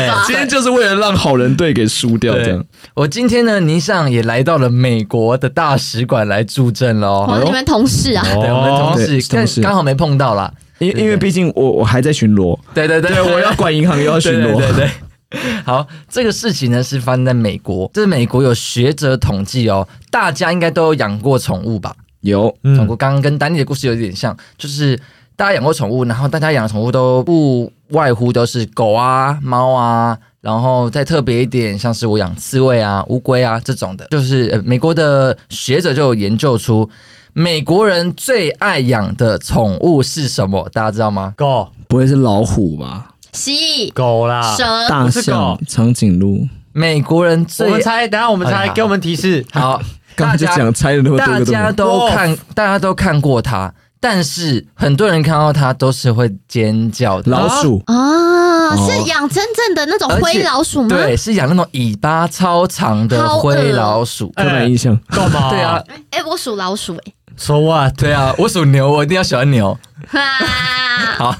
S3: 会
S4: 吧！
S1: 今天就是为了让好人队给输掉这样。
S3: 我今天呢，倪尚也来到了美国的大使馆来助阵喽。
S4: 我是你们同事啊，
S3: 对，我们
S1: 哦
S3: 同
S1: 对
S3: 事，但
S1: 同事
S3: 刚好没碰到啦。
S1: 因
S3: 对
S1: 因为毕竟我我还在巡逻，
S3: 对对对，
S1: 对，我要管银行又要巡
S3: 对对 对
S1: 逻。
S3: 对。 好，这个事情呢是发生在美国，这美国有学者统计哦，大家应该都有养过宠物吧？
S1: 有，
S2: 嗯
S3: 宠物刚刚跟丹尼的故事有点像，就是大家养过宠物，然后大家养的宠物都不外乎都是狗啊、猫啊，然后再特别一点，像是我养刺猬啊、乌龟啊这种的。就是、呃、美国的学者就有研究出，美国人最爱养的宠物是什么？大家知道吗？
S2: 狗
S1: 不会是老虎吧？
S4: 蜥蜴、
S2: 狗啦，
S4: 蛇、
S1: 大
S2: 是
S1: 象
S2: 狗、
S1: 长颈鹿，
S3: 美国人
S2: 我
S3: 最
S2: 们猜，等一下我们
S3: 哎
S2: 猜，
S3: 呀
S2: 给我们提示。
S3: 好，
S1: 刚
S3: 大
S1: 才就
S3: 家
S1: 讲猜了那么多
S3: 大
S1: 个都没
S3: 家
S1: 有。
S3: 都看，大家都看过它，但是很多人看到它都是会尖叫的。
S1: 老鼠，
S4: 啊，
S1: 哦
S4: 是养真正的那种
S3: 而且
S4: 灰老鼠吗？
S3: 对，是养那种尾巴超长的
S4: 好恶
S3: 灰老鼠。
S1: 刻板印象。
S2: 干嘛？
S3: 对啊，
S4: 哎、我属老鼠哎、
S2: ，So what？
S3: 对啊，我属牛，我一定要喜欢 牛。
S4: 哈，
S3: 好，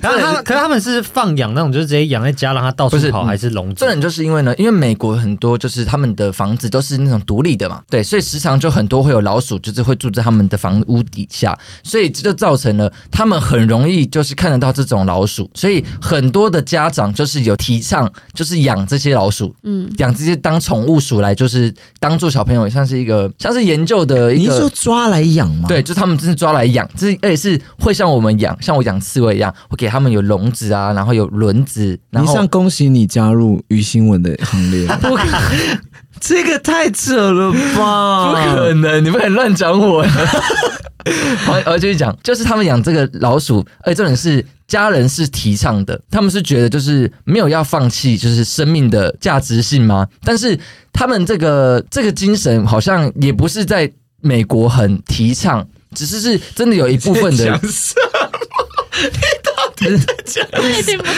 S2: 然后他们，可是他们是放养那种，就是直接养在家，让它到处
S3: 不是
S2: 跑，
S3: 嗯
S2: 还是笼子
S3: 重？点就是因为呢，因为美国很多就是他们的房子都是那种独立的嘛，对，所以时常就很多会有老鼠，就是会住在他们的房屋底下，所以这就造成了他们很容易就是看得到这种老鼠，所以很多的家长就是有提倡就是养这些老鼠，
S4: 嗯，
S3: 养这些当宠物鼠来，就是当做小朋友，像是一个像是研究的一
S1: 你
S3: 个
S1: 是说抓来养吗？
S3: 对，，就是他们真是抓来养，这而且是会像我们养，像我养刺猬一样，会给他们有笼子啊，然后有轮子，然
S1: 倪
S3: 后
S1: 尚，恭喜你加入于新闻的行 列。
S3: 不可
S1: 这个太扯了吧！
S3: 不可能，你不能乱讲我。 好，我继续讲，就是他们养这个老鼠，而且重点是家人是提倡的，他们是觉得就是没有要放弃就是生命的价值性吗？但是他们这个这个精神好像也不是在美国很提倡，只是是真的有一部分的人，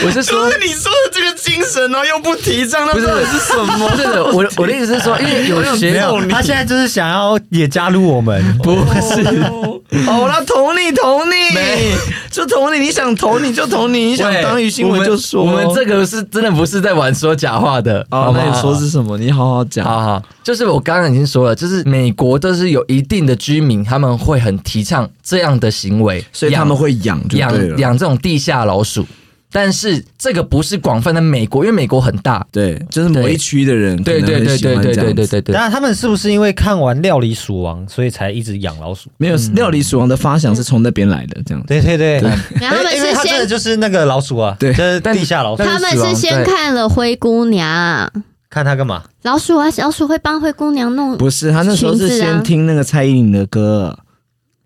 S3: 我是说。
S1: 你说的这个精神呢、又不提倡，那
S3: 不是
S1: 到底是什么？
S3: 不是的，我我的意思是说，因为有学
S2: 没有，他现在就是想要也加入我们，不是？
S1: 好啦，哦投你投你
S3: 没，
S1: 就投你，你想投你就投你，你想
S3: 喂
S1: 当于新
S3: 我
S1: 闻
S3: 们
S1: 就说。
S3: 我们这个是真的不是在玩说假话的。
S1: 哦
S3: 好，不
S1: 那
S3: 好
S1: 你说是什么？你好好讲。
S3: 好好，就是我刚刚已经说了，就是美国都是有一定的居民，他们会很提倡这样的行为，
S1: 所以他们会养就对
S3: 养
S1: 了。
S3: 养这种地下老鼠。但是这个不是广泛的美国，因为美国很大。
S1: 对，就是某一区的人可
S3: 对
S1: 能
S3: 对
S1: 很
S3: 对
S1: 喜欢
S3: 对对
S1: 这样
S3: 对
S1: 子
S3: 对对对。
S2: 那他们是不是因为看完《料理鼠王》，所以才一直养老鼠？
S1: 没有料理鼠王的发想是从那边来的，这样子。
S2: 对对对，
S4: 然后他们
S2: 哎因为
S4: 是
S2: 他真的
S4: 先，
S2: 就是那个老鼠啊，
S1: 对
S2: 就是地下老鼠
S4: 他
S3: 但。
S4: 们是先看了灰姑娘，
S2: 看他干嘛？
S4: 老鼠啊，老鼠会帮灰姑娘弄。
S1: 不是，他那时候是
S4: 裙子啊
S1: 先听那个蔡依林的歌。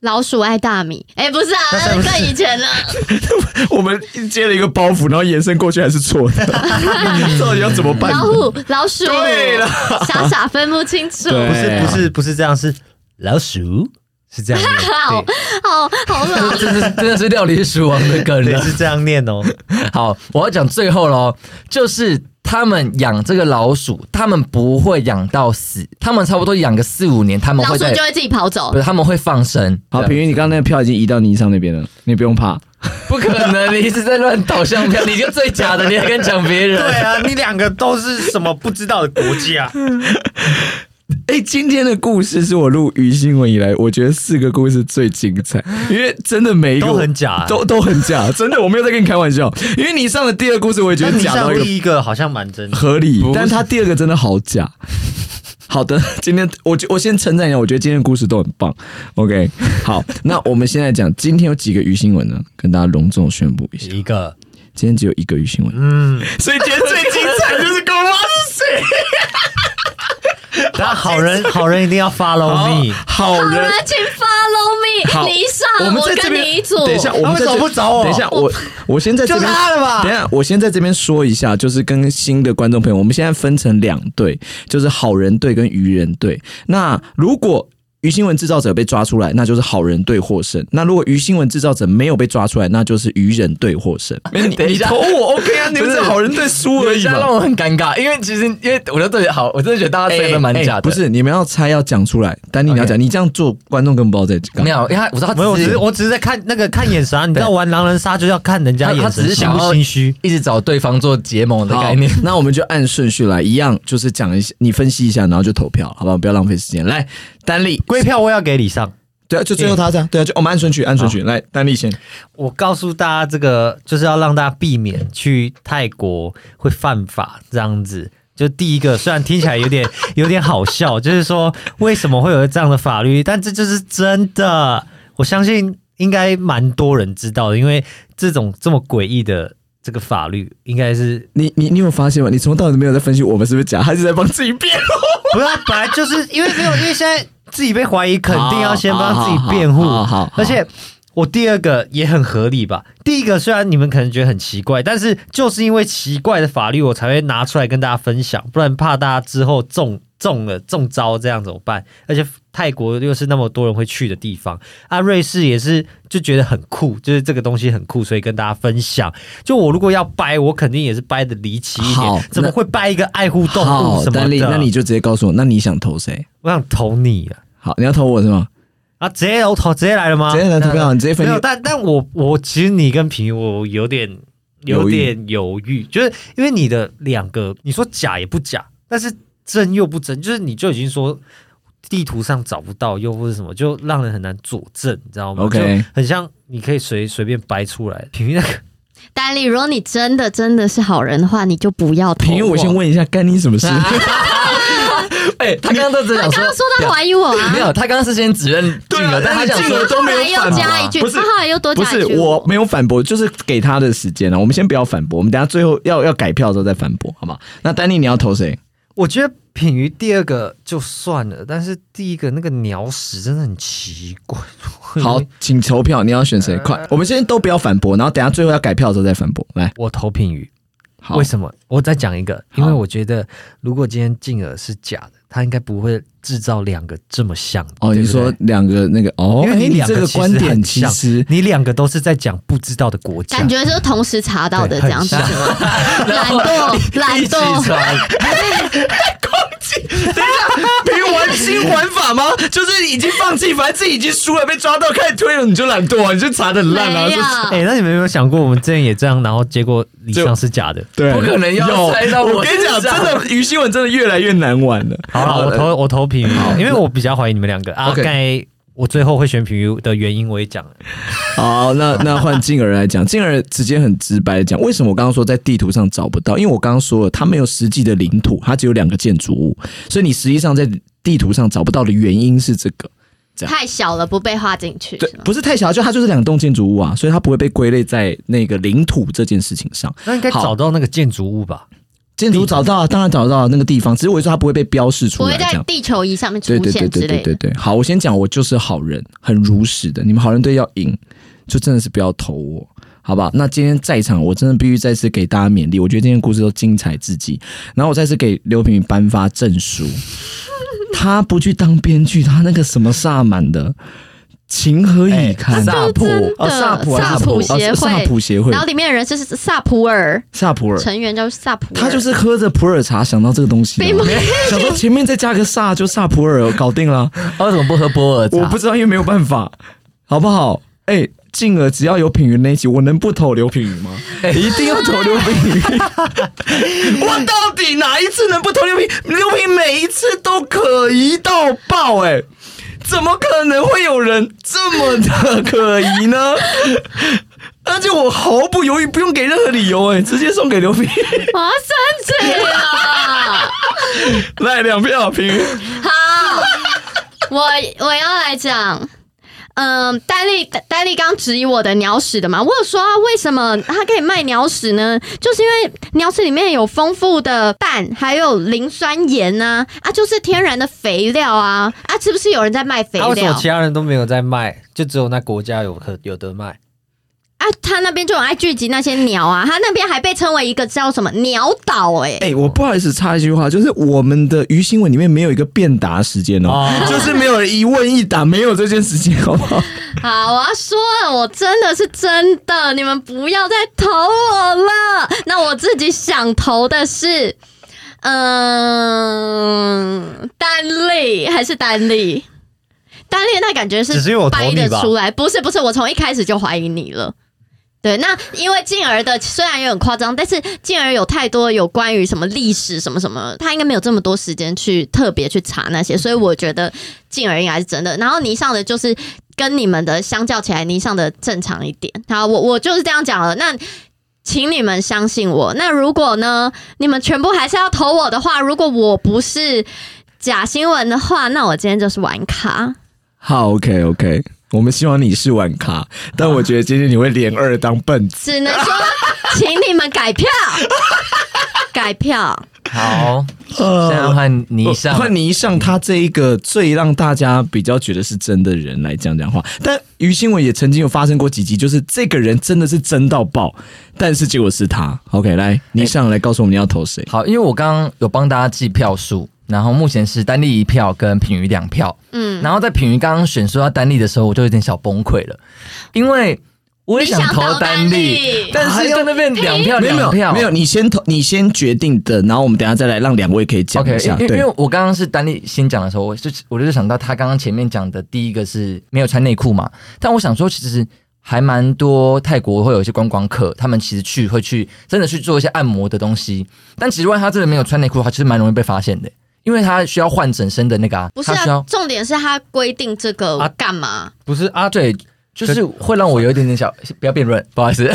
S4: 老鼠爱大米，哎、不是啊，那更以 前了。
S1: 我们接了一个包袱，然后延伸过去还是错 的，到底要怎么办
S4: 老虎、老鼠，
S1: 对了
S4: 傻傻分不清楚，
S1: 对
S2: 不是
S1: 啊
S2: 不是不是这样，是老鼠是这样念，
S4: 哦好好冷。
S3: 这是真的是料理鼠王的梗
S2: 对对
S3: 了。
S2: 是这样念哦。
S3: 好，我要讲最后喽，就是他们养这个老鼠，他们不会养到死，他们差不多养个四五年，他们
S4: 老
S3: 会
S4: 鼠
S3: 在
S4: 就会自己跑走
S3: 不，是他们会放生。
S1: 好，
S3: 对
S1: 平云，你刚刚那个票已经移到尼桑那边了，你不用怕。
S3: 不可能，你一直在乱导向票，你就最假的，你还敢讲别人？
S2: 啊，你两个都是什么不知道的国家？
S1: 哎、今天的故事是我录鱼新闻以来，我觉得四个故事最精彩，因为真的每一个
S2: 都很假啊
S1: 都都很假，真的，我没有在跟你开玩笑。因为你上的第二个故事，我也觉
S2: 但
S1: 得
S2: 你
S1: 假到
S2: 像
S1: 一个
S2: 第一个好像蛮真的，
S1: 合理
S3: 不，是
S1: 但他第二个真的好假。 好的，今天我我先称赞一下，我觉得今天的故事都很棒。OK，好， 那我们现在讲今天有几个鱼新闻呢？跟大家隆重宣布一下，
S3: 嗯
S2: 一个，
S1: 今天只有一个鱼新闻，
S2: 嗯，
S1: 所以今天最 精彩就是跟我妈是 谁。
S2: 那好人好人一定要 follow me。
S1: 好
S4: 好
S1: 人
S4: 了，请 follow
S1: 好
S4: me，你上，
S1: 我们在这
S4: 跟
S1: 边
S4: 你一组。
S1: 等一下，我们在
S2: 为什么
S1: 这
S2: 不找我
S1: 等一下，我我先在这边
S2: 就他了吧
S1: 等一下，我先在这边说一下，就是跟新的观众朋友，我们现在分成两队，就是好人队跟愚人队。那如果鱼新闻制造者被抓出来，那就是好人队获胜；那如果鱼新闻制造者没有被抓出来，那就是愚人队获胜。没你
S3: 等一
S1: 你
S3: 下
S1: 投我 OK 啊？你们
S3: 不
S1: 是
S3: 是
S1: 好人队输
S3: 我
S1: 而
S3: 一
S1: 已
S3: 下让
S1: 嘛。
S3: 我很尴尬，因为其实因为我就对好，我真的觉得大家猜的蛮假的，
S1: 哎不是，你们要猜要讲出来，丹尼你要讲，你这样做观众根本不知道在干嘛
S3: 没。有，因为他我知道他
S2: 没有，我
S3: 只
S2: 只
S3: 是
S2: 是我只是在看那个看眼神啊，你知道玩狼人杀就要看人家
S3: 他
S2: 眼
S3: 他
S2: 神，
S3: 只是想
S2: 不
S3: 要
S2: 心虚。
S3: 一直找对方做结盟的
S1: 好，
S3: 概念。
S1: 那我们就按顺序来，一样就是讲一下，你分析一下，然后就投票，好不好？不要浪费时间。来，丹丽，
S2: 归票我要给李尚。
S1: 对啊，就最后他这样，对啊，就我们按顺序，按顺序。来，丹丽先，
S2: 我告诉大家，这个就是要让大家避免去泰国会犯法这样子。就第一个，虽然听起来有点 有点好笑，就是说为什么会有这样的法律，但这就是真的。我相信应该蛮多人知道的，因为这种这么诡异的这个法律，应该是
S1: 你你你有发现吗？你从头到尾都没有在分析我们是不是假，还是在帮自己 辩护？
S2: 不是、啊，本来就是因为没有，因为现在自己被怀疑，肯定要先帮自己辩护
S1: 哦好好好好好。
S2: 而且我第二个也很合理吧？第一个虽然你们可能觉得很奇怪，但是就是因为奇怪的法律，我才会拿出来跟大家分享，不然怕大家之后中中了中招，这样怎么办？而且泰国又是那么多人会去的地方啊，瑞士也是就觉得很酷，就是这个东西很酷，所以跟大家分享。就我如果要掰，我肯定也是掰的离奇一
S1: 好
S2: 点，怎么
S1: 那
S2: 会掰一个爱护动物
S1: 好，
S2: 什么的？
S1: 丹丽，那你就直接告诉我，那你想投谁？
S2: 我想投你啊！
S1: 好，你要投我是吗？
S2: 啊，直接我投直接来了吗？
S1: 直接来投票，你直接分
S2: 没
S1: 析
S2: 有，。但但我我其实你跟平我有点有
S1: 犹豫
S2: 点犹豫，就是因为你的两个，你说假也不假，但是真又不真，就是你就已经说地图上找不到，又或者什么，就让人很难佐证，你知道吗
S1: OK
S2: 就很像你可以随随便掰出来。平那个
S4: 丹丽，如果你真的真的是好人的话，你就不要投
S1: 平，我先问一下，干你什么事？
S3: 哎，他刚刚都只
S4: 他
S3: 想
S4: 刚刚说他
S3: 对啊
S4: 怀疑我啊
S3: 没，有，他刚刚是先指认
S1: 对
S3: 金
S1: 啊
S3: 额，但他
S1: 但
S3: 想
S1: 是金
S3: 说
S1: 额都没有
S4: 他
S1: 反
S4: 后来
S1: 驳
S4: 又加一句，
S1: 不是
S4: 他后来又多
S1: 不
S4: 加一
S1: 是，
S4: 句，
S1: 我没有反驳，就是给他的时间了。啊我们先不要反驳，我们等下最后要要改票的时候再反驳，好吗？那丹丽，你要投谁？
S2: 我觉得品鱼第二个就算了，但是第一个那个鸟屎真的很奇怪。
S1: 好，请投票，你要选谁？快，我们先都不要反驳，然后等下最后要改票的时候再反驳。来，
S2: 我投品鱼。
S1: 好
S2: 为，什么？我再讲一个，因为我觉得如果今天静儿是假的，她应该不会制造两个这么像的。
S1: 哦，
S2: 对
S1: 你
S2: 不对
S1: 说两个那个哦，
S2: 因为
S1: 哎
S2: 你
S1: 你
S2: 两
S1: 这
S2: 个
S1: 个
S2: 其实
S1: 观点
S2: 很
S1: 其
S2: 像
S1: 实
S2: 你两个都是在讲不知道的国家，
S4: 感觉就是同时查到的
S2: 对
S4: 这样子，
S2: 很
S4: 懒惰， 懒
S3: 一起
S4: 惰。
S3: 传，
S1: 没玩新玩法吗？就是已经放弃，反正自己已经输了，被抓到开始推了，你就懒惰，你就查的很烂啊
S4: 没
S1: 就
S4: 有
S1: 是。
S2: 哎、那你们有没有想过，我们之前也这样，然后结果李
S1: 就
S2: 尚是假的？
S1: 对，
S3: 不可能要
S1: 有
S3: 猜到我
S1: 我啊跟你讲，
S3: 身
S1: 真
S3: 上
S1: 的于新闻真的越来越难玩了。
S2: 好呃了，我投我投平鱼，因为我比较怀疑你们两个啊。
S1: OK
S2: 刚才我最后会选平鱼的原因我也讲了，
S1: 好，那那换静儿来讲，静儿直接很直白的讲，为什么我刚刚说在地图上找不到？因为我刚刚说了，它没有实际的领土，它只有两个建筑物，所以你实际上在地图上找不到的原因是这个。
S4: 太小了，不被划进去。
S1: 对
S4: 是，吗
S1: 不是太小，就它就是两栋建筑物啊，所以它不会被归类在那个领土这件事情上。
S2: 那应该
S1: 好
S2: 找到那个建筑物吧？
S1: 建筑找到啊，当然找到那个地方，只是我说它不会被标示出
S4: 不
S1: 来
S4: 会
S1: 这
S4: 在
S1: 样。
S4: 地球仪上面出
S1: 对对对
S4: 现之
S1: 对对
S4: 类
S1: 对
S4: 的。
S1: 对，好，我先讲，我就是好人，很如实的。你们好人队要赢，就真的是不要投我，好吧？那今天在场，我真的必须再次给大家勉励，我觉得今天故事都精彩至极。然后我再次给刘品宇颁发证 书，他不去当编剧，他那个什么萨满的，情何以堪？
S3: 萨普
S1: 哦，萨普还
S4: 哎
S1: 是
S4: 萨
S1: 什么
S4: 普
S1: 哦
S4: 协
S1: 萨
S4: 会，
S1: 普协会
S4: 然，后里面的人就是萨普尔，
S1: 萨普尔，
S4: 成员叫萨普尔，
S1: 他就是喝着普洱茶想到这个东西的
S4: 被蒙
S1: 嘛，想说前面再加个萨就萨普洱，搞定了。
S3: 哦 他为什么不喝波尔茶？
S1: 我不知道，因为没有办法，好不好？哎、进而只要有品云那一集，我能不投刘品云 吗？一定要投刘品云。我到底哪一次能不投刘品？刘品每一次都可疑到爆、哎。怎么可能会有人这么的可疑呢？ 而且我毫不犹豫，不用给任何理由、哎，直接送给刘品 云，
S4: 我要生气了。
S1: 来两票平云。
S4: 好， 我我要来讲。嗯，戴丽戴丽刚质疑我的鸟屎的嘛，我有说啊，为什么它可以卖鸟屎呢？就是因为鸟屎里面有丰富的氮，还有磷酸盐呐、啊，啊，就是天然的肥料啊，啊，是不是有人在卖肥
S2: 他啊为什么
S4: 料
S2: 其？他人都没有在卖，就只有那国家有可有得卖？
S4: 啊，他那边就很爱聚集那些鸟啊，他那边还被称为一个叫什么鸟岛哎、
S1: 哎、我不好意思插一句话，就是我们的鱼新闻里面没有一个辩答时间哦，
S2: 哦
S1: 就是没有人一问一答，没有这件事情，好不好？
S4: 好，我要说了，我真的是真的，你们不要再投我了。那我自己想投的是，嗯，丹丽还是丹丽？丹丽那感觉是
S2: 只是因为我投
S4: 掰
S2: 你
S4: 得
S2: 吧
S4: 出来，不是不是，我从一开始就怀疑你了。对，那因为静儿的虽然有点夸张，但是静儿有太多有关于什么历史什么什么，她应该没有这么多时间去特别去查那些，所以我觉得静儿应该是真的。然后霓裳的就是跟你们的相较起来，霓裳的正常一点。好，我我就是这样讲了。那请你们相信我。那如果呢，你们全部还是要投我的话，如果我不是假新闻的话，那我今天就是玩卡。
S1: 好，OK OK，我们希望你是晚咖，但我觉得今天你会连二当笨子。
S4: 只能说，请你们改票，改票。
S3: 好，现在换你上，
S1: 换你上他这一个最让大家比较觉得是真的人来讲讲话，但于新闻也曾经有发生过几集，就是这个人真的是真到爆，但是结果是他。OK，来，你上来告诉我们你要投谁？
S3: 好，因为我刚刚有帮大家计票数，然后目前是丹立一票跟品瑜两票，嗯，然后在品瑜刚刚选说要丹立的时候，我就有点小崩溃了，因为我也
S4: 你想
S3: 投
S4: 投
S3: 丹
S4: 丹
S3: 立
S4: 立，
S3: 但是在那边两票
S1: 没有没
S3: 两票
S1: 有没有，。你先投，你先决定的，然后我们等一下再来让两位可以讲
S3: OK，
S1: 一下。
S3: 因为
S1: 对
S3: 因为我刚刚是丹立先讲的时候，我就我就是想到他刚刚前面讲的第一个是没有穿内裤嘛，但我想说其实还蛮多泰国会有一些观光客，他们其实去会去真的去做一些按摩的东西，但其实万一他真的没有穿内裤的话，其实蛮容易被发现的，因为他需要换整身的那个、啊，
S4: 不是
S3: 他需
S4: 啊
S3: 要，啊
S4: 重点是他规定这个我干嘛？
S2: 不是啊，
S3: 对，就是会让我有一点点小，不要辩论，不好意思，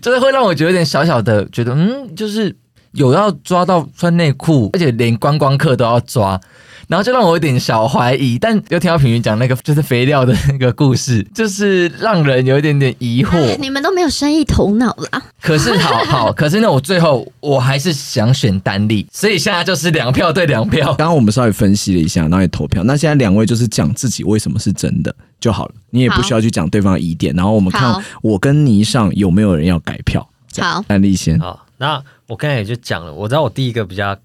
S3: 就是会让我觉得有点小小的觉得，嗯，就是有要抓到穿内裤，而且连观光客都要抓，然后就让我有点小怀疑。但又听到品云讲那个就是肥料的那个故事， 就是让人有一点点疑
S4: 哎
S3: 惑。
S4: 你们都没有生意头脑啦。
S3: 可是好 好，可是呢，我最后我还是想选单立，所以现在就是两票对两票。
S1: 刚刚我们稍微分析了一下，然后也投票。那现在两位就是讲自己为什么是真的就好了，你也不
S4: 好
S1: 需要去讲对方的疑点。然后我们看
S4: 好
S1: 我跟倪尚有没有人要改票。
S4: 好，
S1: 安利先，
S2: 好，那我刚才也就讲了，我知道我第一个比较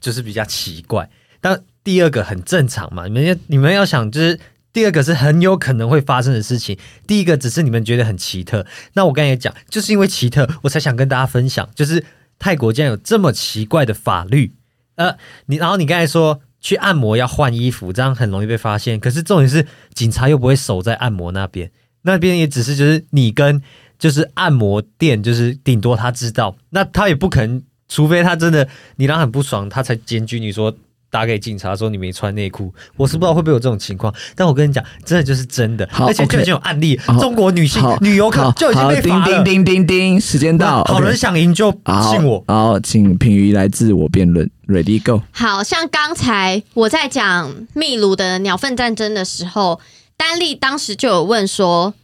S2: 就是比较奇怪，但第二个很正常嘛。你们要你们要想，就是第二个是很有可能会发生的事情，第一个只是你们觉得很奇特。那我刚才也讲，就是因为奇特，我才想跟大家分享，就是泰国竟然有这么奇怪的法律。呃，你然后你刚才说。去按摩要换衣服，这样很容易被发现。可是重点是，警察又不会守在按摩那边，那边也只是就是你跟就是按摩店，就是顶多他知道，那他也不可能，除非他真的你让他很不爽，他才检举你说打给警察说你没穿内裤。我是不知道会不会有这种情况，但我跟你讲，真的就是真的，
S1: 好
S2: 而且就
S1: OK
S2: 已经有案例
S1: 好，
S2: 中国女性
S1: 好
S2: 女游客
S1: 好
S2: 就已经被
S1: 好
S2: 罚
S1: 叮
S2: 了。
S1: 叮叮叮叮，时间到。
S2: 好人
S1: OK
S2: 想赢就
S1: 好，
S2: 信我。
S1: 好，请品瑜来自我辩论，Ready Go。
S4: 好像刚才我在讲秘鲁的鸟粪战争的时候，丹利当时就有问说。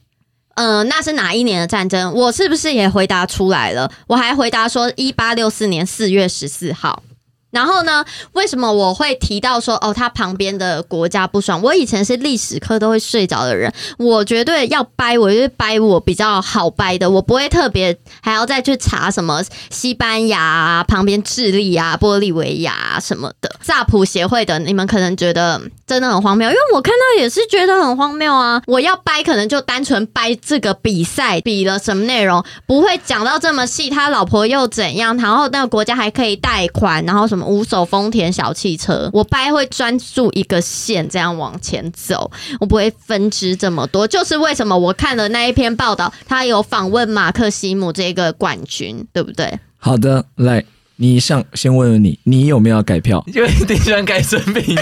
S4: 嗯、那是哪一年的战争？我是不是也回答出来了？我还回答说一八六四年四月十四号。然后呢，为什么我会提到说哦，他旁边的国家不爽？我以前是历史课都会睡着的人，我绝对要掰，我就是掰我比较好掰的，我不会特别还要再去查什么西班牙、啊、旁边智利啊、玻利维亚、啊、什么的。萨普协会的，你们可能觉得嗯真的很荒谬，因为我看到也是觉得很荒谬啊。我要掰，可能就单纯掰这个比赛比了什么内容，不会讲到这么细。他老婆又怎样？然后那个国家还可以贷款，然后什么。么五手丰田小汽车，我掰会专注一个线这样往前走，我不会分支这么多。就是为什么我看了那一篇报道，他有访问马克西姆这个冠军，对不对？
S1: 好的，来，你上先问问你，你有没有要改票？
S3: 因为你喜欢改生病。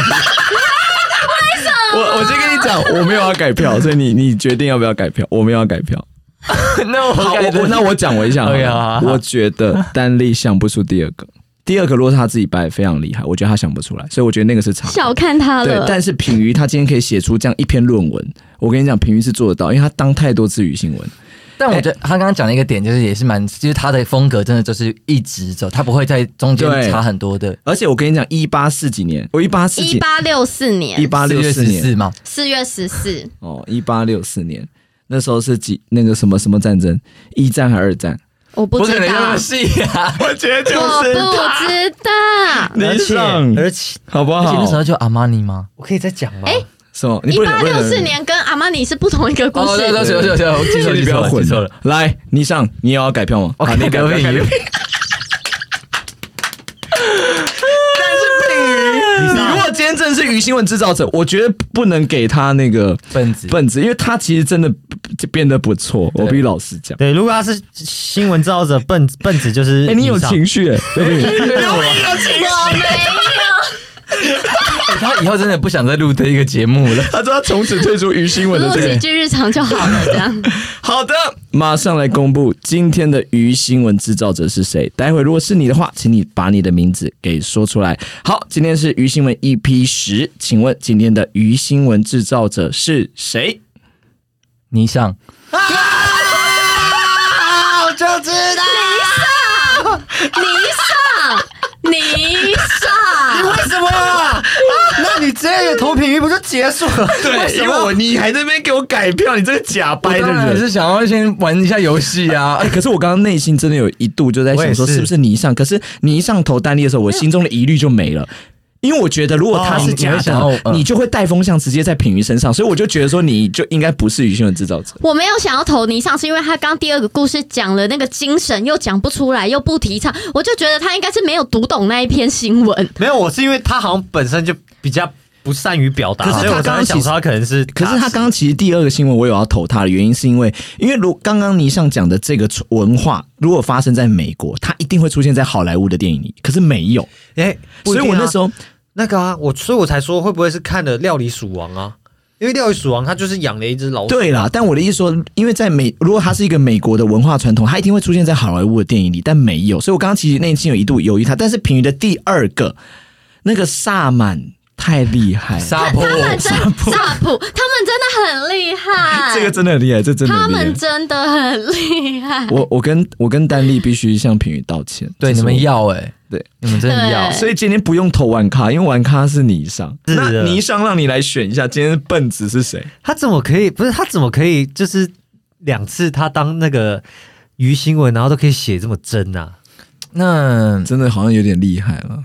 S1: 我我先跟你 讲，我没有要改票，所以你你决定要不要改票？我没有要改票。
S3: 那我
S1: 好，
S3: 改
S1: 我我
S3: 的
S1: 那我讲我一下好了
S3: OK，好好好
S1: 我觉得丹立想不出第二个，第二个如果是他自己掰非常厉害，我觉得他想不出来，所以我觉得那个是差。
S4: 小看他
S1: 对
S4: 了，，
S1: 但是品瑜他今天可以写出这样一篇论文，我跟你讲，品瑜是做得到，因为他当太多次语新闻。
S3: 但我觉得他刚刚讲的一个点，就是也是蛮，就是他的风格真的就是一直走，他不会在中间
S1: 对
S3: 差很多的。
S1: 而且我跟你讲，一八四几年，哦我一八四
S4: 一
S1: 几
S4: 八六四年
S1: 一八六四
S3: 四
S1: 年
S3: 四嘛，
S4: 四月十四，
S1: 哦，一八六四年那时候是几那个什么什么战争，一战还是二战？
S4: 我不知
S3: 可能那
S4: 道
S3: 么，细啊。
S1: 我觉得
S4: 我不知道。
S1: 你
S2: 而且
S1: 上
S2: 而且
S1: 好不
S3: 而且那啊时
S1: 好
S3: 候？就阿玛尼吗？
S2: 我可以再讲吗？
S1: 什么？你
S4: 一
S1: 不能
S4: 八六四。
S1: 不能
S4: 年跟阿玛尼是不同一个故
S3: 哦，
S4: 事。
S3: 对对对对对，我记错
S1: 你
S3: 记
S1: 不
S3: 错
S1: 要
S3: 了，
S1: 混
S3: 记错了。。
S1: 来，你上，你也要改票吗？
S3: 我
S1: 好，
S3: 看
S1: 你改
S3: 隔
S1: 票
S3: 壁
S1: 改票。你如果今天真的是鱼新闻制造者，我觉得不能给他那个
S3: 分子，
S1: 本子，因为他其实真的变得不错。我必须老实讲。
S2: 对，如果他是新闻制造者，笨笨子就是
S1: 哎，你有
S2: 以上
S1: 情 绪哎，
S4: 我没有。
S3: 他以后真的不想再录这一个节目了。
S1: 他说他从此退出鱼新闻的
S4: 录
S1: 这
S4: 几
S1: 个。
S4: 句日常就好了，这样。
S1: 好的，马上来公布今天的鱼新闻制造者是谁。待会如果是你的话，请你把你的名字给说出来。好，今天是鱼新闻 EP 十，请问今天的鱼新闻制造者是谁？
S3: 你想，
S4: 你上，你上，
S2: 为什么啊？那你直接有投屏幕不就
S3: 啊
S2: 结束了？
S1: 对，因为我你还在那边给我改票，你这个假
S3: 我
S1: 掰的
S3: 当然
S1: 人。
S3: 是想要先玩一下游戏啊
S1: 哎、。可是我刚刚内心真的有一度就在想说，
S2: 我也是
S1: 是不是你一上？可是你一上投单力的时候，我心中的疑虑就没了。因为我觉得，如果他是假
S3: 哦你会
S1: 的，
S3: 想要
S1: 你
S3: 嗯
S1: 就会带风向直接在品瑜身上，所以我就觉得说，你就应该不是鱼新闻制造者。
S4: 我没有想要投你上，是因为他刚第二个故事讲了那个精神，又讲不出来，又不提倡，我就觉得他应该是没有读懂那一篇新闻。
S2: 没有，我是因为他好像本身就比较不善于表达，
S1: 可是他
S2: 所以
S1: 刚
S2: 我才
S1: 刚
S2: 会想
S1: 其实
S2: 说他可能是，
S1: 可是他刚刚其实第二个新闻我有要投他的原因，是因为因为如刚刚你上讲的这个文化，如果发生在美国，它一定会出现在好莱坞的电影里，可是没有，
S2: 哎，不
S1: 所
S2: 一
S1: 以
S2: 定啊
S1: 我那时候
S2: 那个啊，我所以我才说会不会是看了《料理鼠王》啊？因为《料理鼠王》他就是养了一只老鼠，
S1: 对啦。但我的意思说，因为在美，如果它是一个美国的文化传统，它一定会出现在好莱坞的电影里，但没有，所以我刚刚其实内心有一度犹豫它，但是平鱼的第二个那个萨满太厉害 了，
S3: 撒泼
S4: 他
S1: 哎
S4: 们啊真萨普，他们真的很厉害，
S1: 这个真的很厉害，这真的
S4: 他
S1: 很厉害
S4: 们。真的很厉害。
S1: 我我跟我跟丹丽必须向平宇道歉，
S3: 对
S1: 这
S3: 你
S1: 是我
S3: 们要哎，
S1: 对
S3: 你们真的要
S4: 对。
S1: 所以今天不用投玩咖，因为玩咖是你上，
S2: 是的
S1: 那你上让你来选一下，今天笨子是谁？
S2: 他怎么可以？不是他怎么可以？就是两次他当那个鱼新闻，然后都可以写这么真啊？
S3: 那
S1: 真的好像有点厉害了。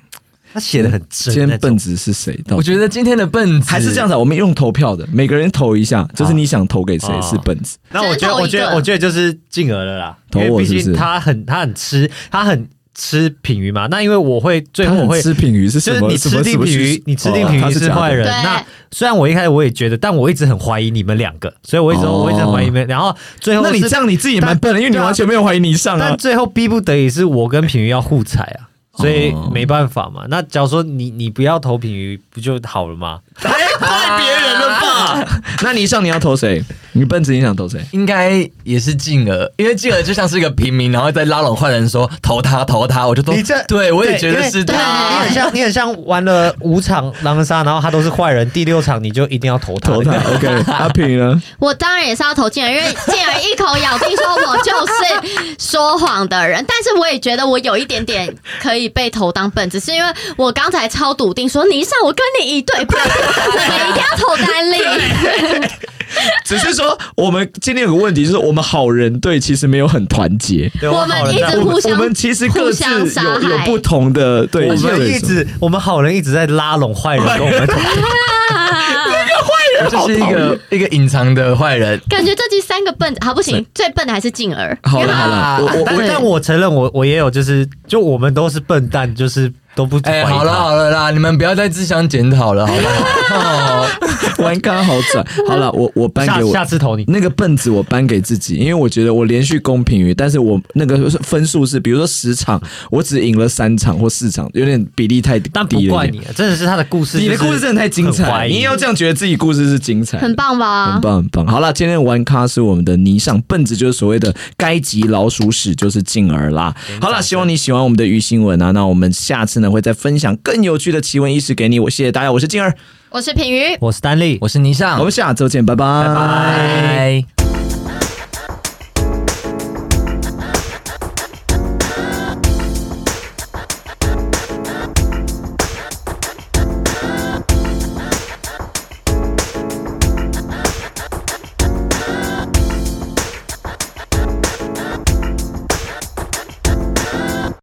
S2: 他写的很真
S1: 今
S2: 那种，
S1: 天笨子是谁？到
S3: 我
S1: 底
S3: 觉得今天的笨子
S1: 还是这样子啊，我们用投票的，每个人投一
S2: 啊
S1: 下，就是你想投给谁
S2: 好
S1: 是笨子。
S2: 那我觉得，我觉
S4: 只能投一
S2: 得，
S4: 个
S2: 我觉得就是静儿了啦，
S1: 投我
S2: 因为毕
S1: 是不
S2: 竟
S1: 是
S2: 他很，他很吃，他很吃品鱼嘛。那因为我会最
S1: 他
S2: 后我
S1: 很
S2: 会。
S1: 吃品鱼是
S2: 就
S1: 什
S2: 是
S1: 么？
S2: 你
S1: 什
S2: 吃
S1: 么
S2: 定品鱼，你吃定品鱼是坏。人。
S4: 哦他是假的
S2: 那虽然我一开始我也觉得，但我一直很怀疑你们两个，所以我一直
S1: 哦
S2: 我一直很怀疑你们。然后最
S1: 哦
S2: 后
S1: 他是假的那你
S2: 是
S1: 这，样你自己也蛮笨的，因为你
S2: 对啊
S1: 完全没有怀疑你上啊
S2: 但。最后逼不得已是我跟品鱼要互踩啊，
S1: 哦
S2: 所以没办法嘛。那假如说你你不要投品鱼，不就好了吗？
S1: 怪哎别人了 吧？那你上你要投谁？你笨子你想投谁？
S2: 啊
S3: 应该也是静儿，因为静儿就像是一个平民，然后在拉拢坏人说投他投他，我就都
S2: 你这
S3: 对我也觉
S2: 因
S3: 得
S2: 为
S3: 是
S2: 对你
S3: 他
S2: 很。像，你很像玩了五场狼人杀，然后他都是坏人，第六场你就一定要投他。
S1: 投 他 OK，阿平呢？
S4: 我当然也是要投进来，因为进而一口咬定说我就是说谎的人，但是我也觉得我有一点点可以被投当笨，只是因为我刚才超笃定说你一上我跟你一对 半，你一定要投单力。
S1: 只是说我们今天有个问题，就是我们好人队其实没有很团结。
S2: 对
S4: 我
S2: 我
S4: 们
S2: 好人
S4: 一
S2: 在
S4: 直
S1: 我们
S4: 互相
S1: 我们其实各自
S4: 互相杀
S1: 有
S4: 害
S1: 有不同的对，
S2: 我
S1: 对
S2: 们一直，我们好人一直在拉拢坏人跟我们同。
S3: 我就是一个一个隐藏的坏人。
S4: 感觉这集三个笨，好不行，最笨的还是静儿。
S1: 好了好了，
S3: 啊
S2: 我我
S3: 但 是
S2: 但我承认我我也有就是就我们都是笨蛋，就是都不
S3: 哎、
S2: 怀疑
S3: 好了
S2: 他
S3: 好了啦，你们不要再自相检讨了，好不好？
S1: 玩咖好转。好了，我我颁
S2: 下
S1: 给我
S2: 下次投你。
S1: 那个笨子我颁给自己，因为我觉得我连续公平于，但是我那个分数是，比如说十场，我只赢了三场或四场，有点比例太低
S2: 但
S1: 了
S2: 不
S1: 一点。
S2: 怪你，啊真的是他的故事，
S1: 你的故事真的太精彩，你
S2: 你
S1: 也要这样觉得自己故事是精彩的，
S4: 很棒吧？
S1: 很棒很棒。好了，今天的玩咖是我们的霓裳笨子，就是所谓的该级老鼠屎，就是静儿啦。好了，希望你喜欢我们的鱼新闻啊，那我们下次呢会再分享更有趣的奇闻异事给你。我谢谢大家，我是静儿，
S4: 我是品瑜，
S2: 我是丹利，
S3: 我是霓裳，
S1: 我们下周见，拜
S2: 拜。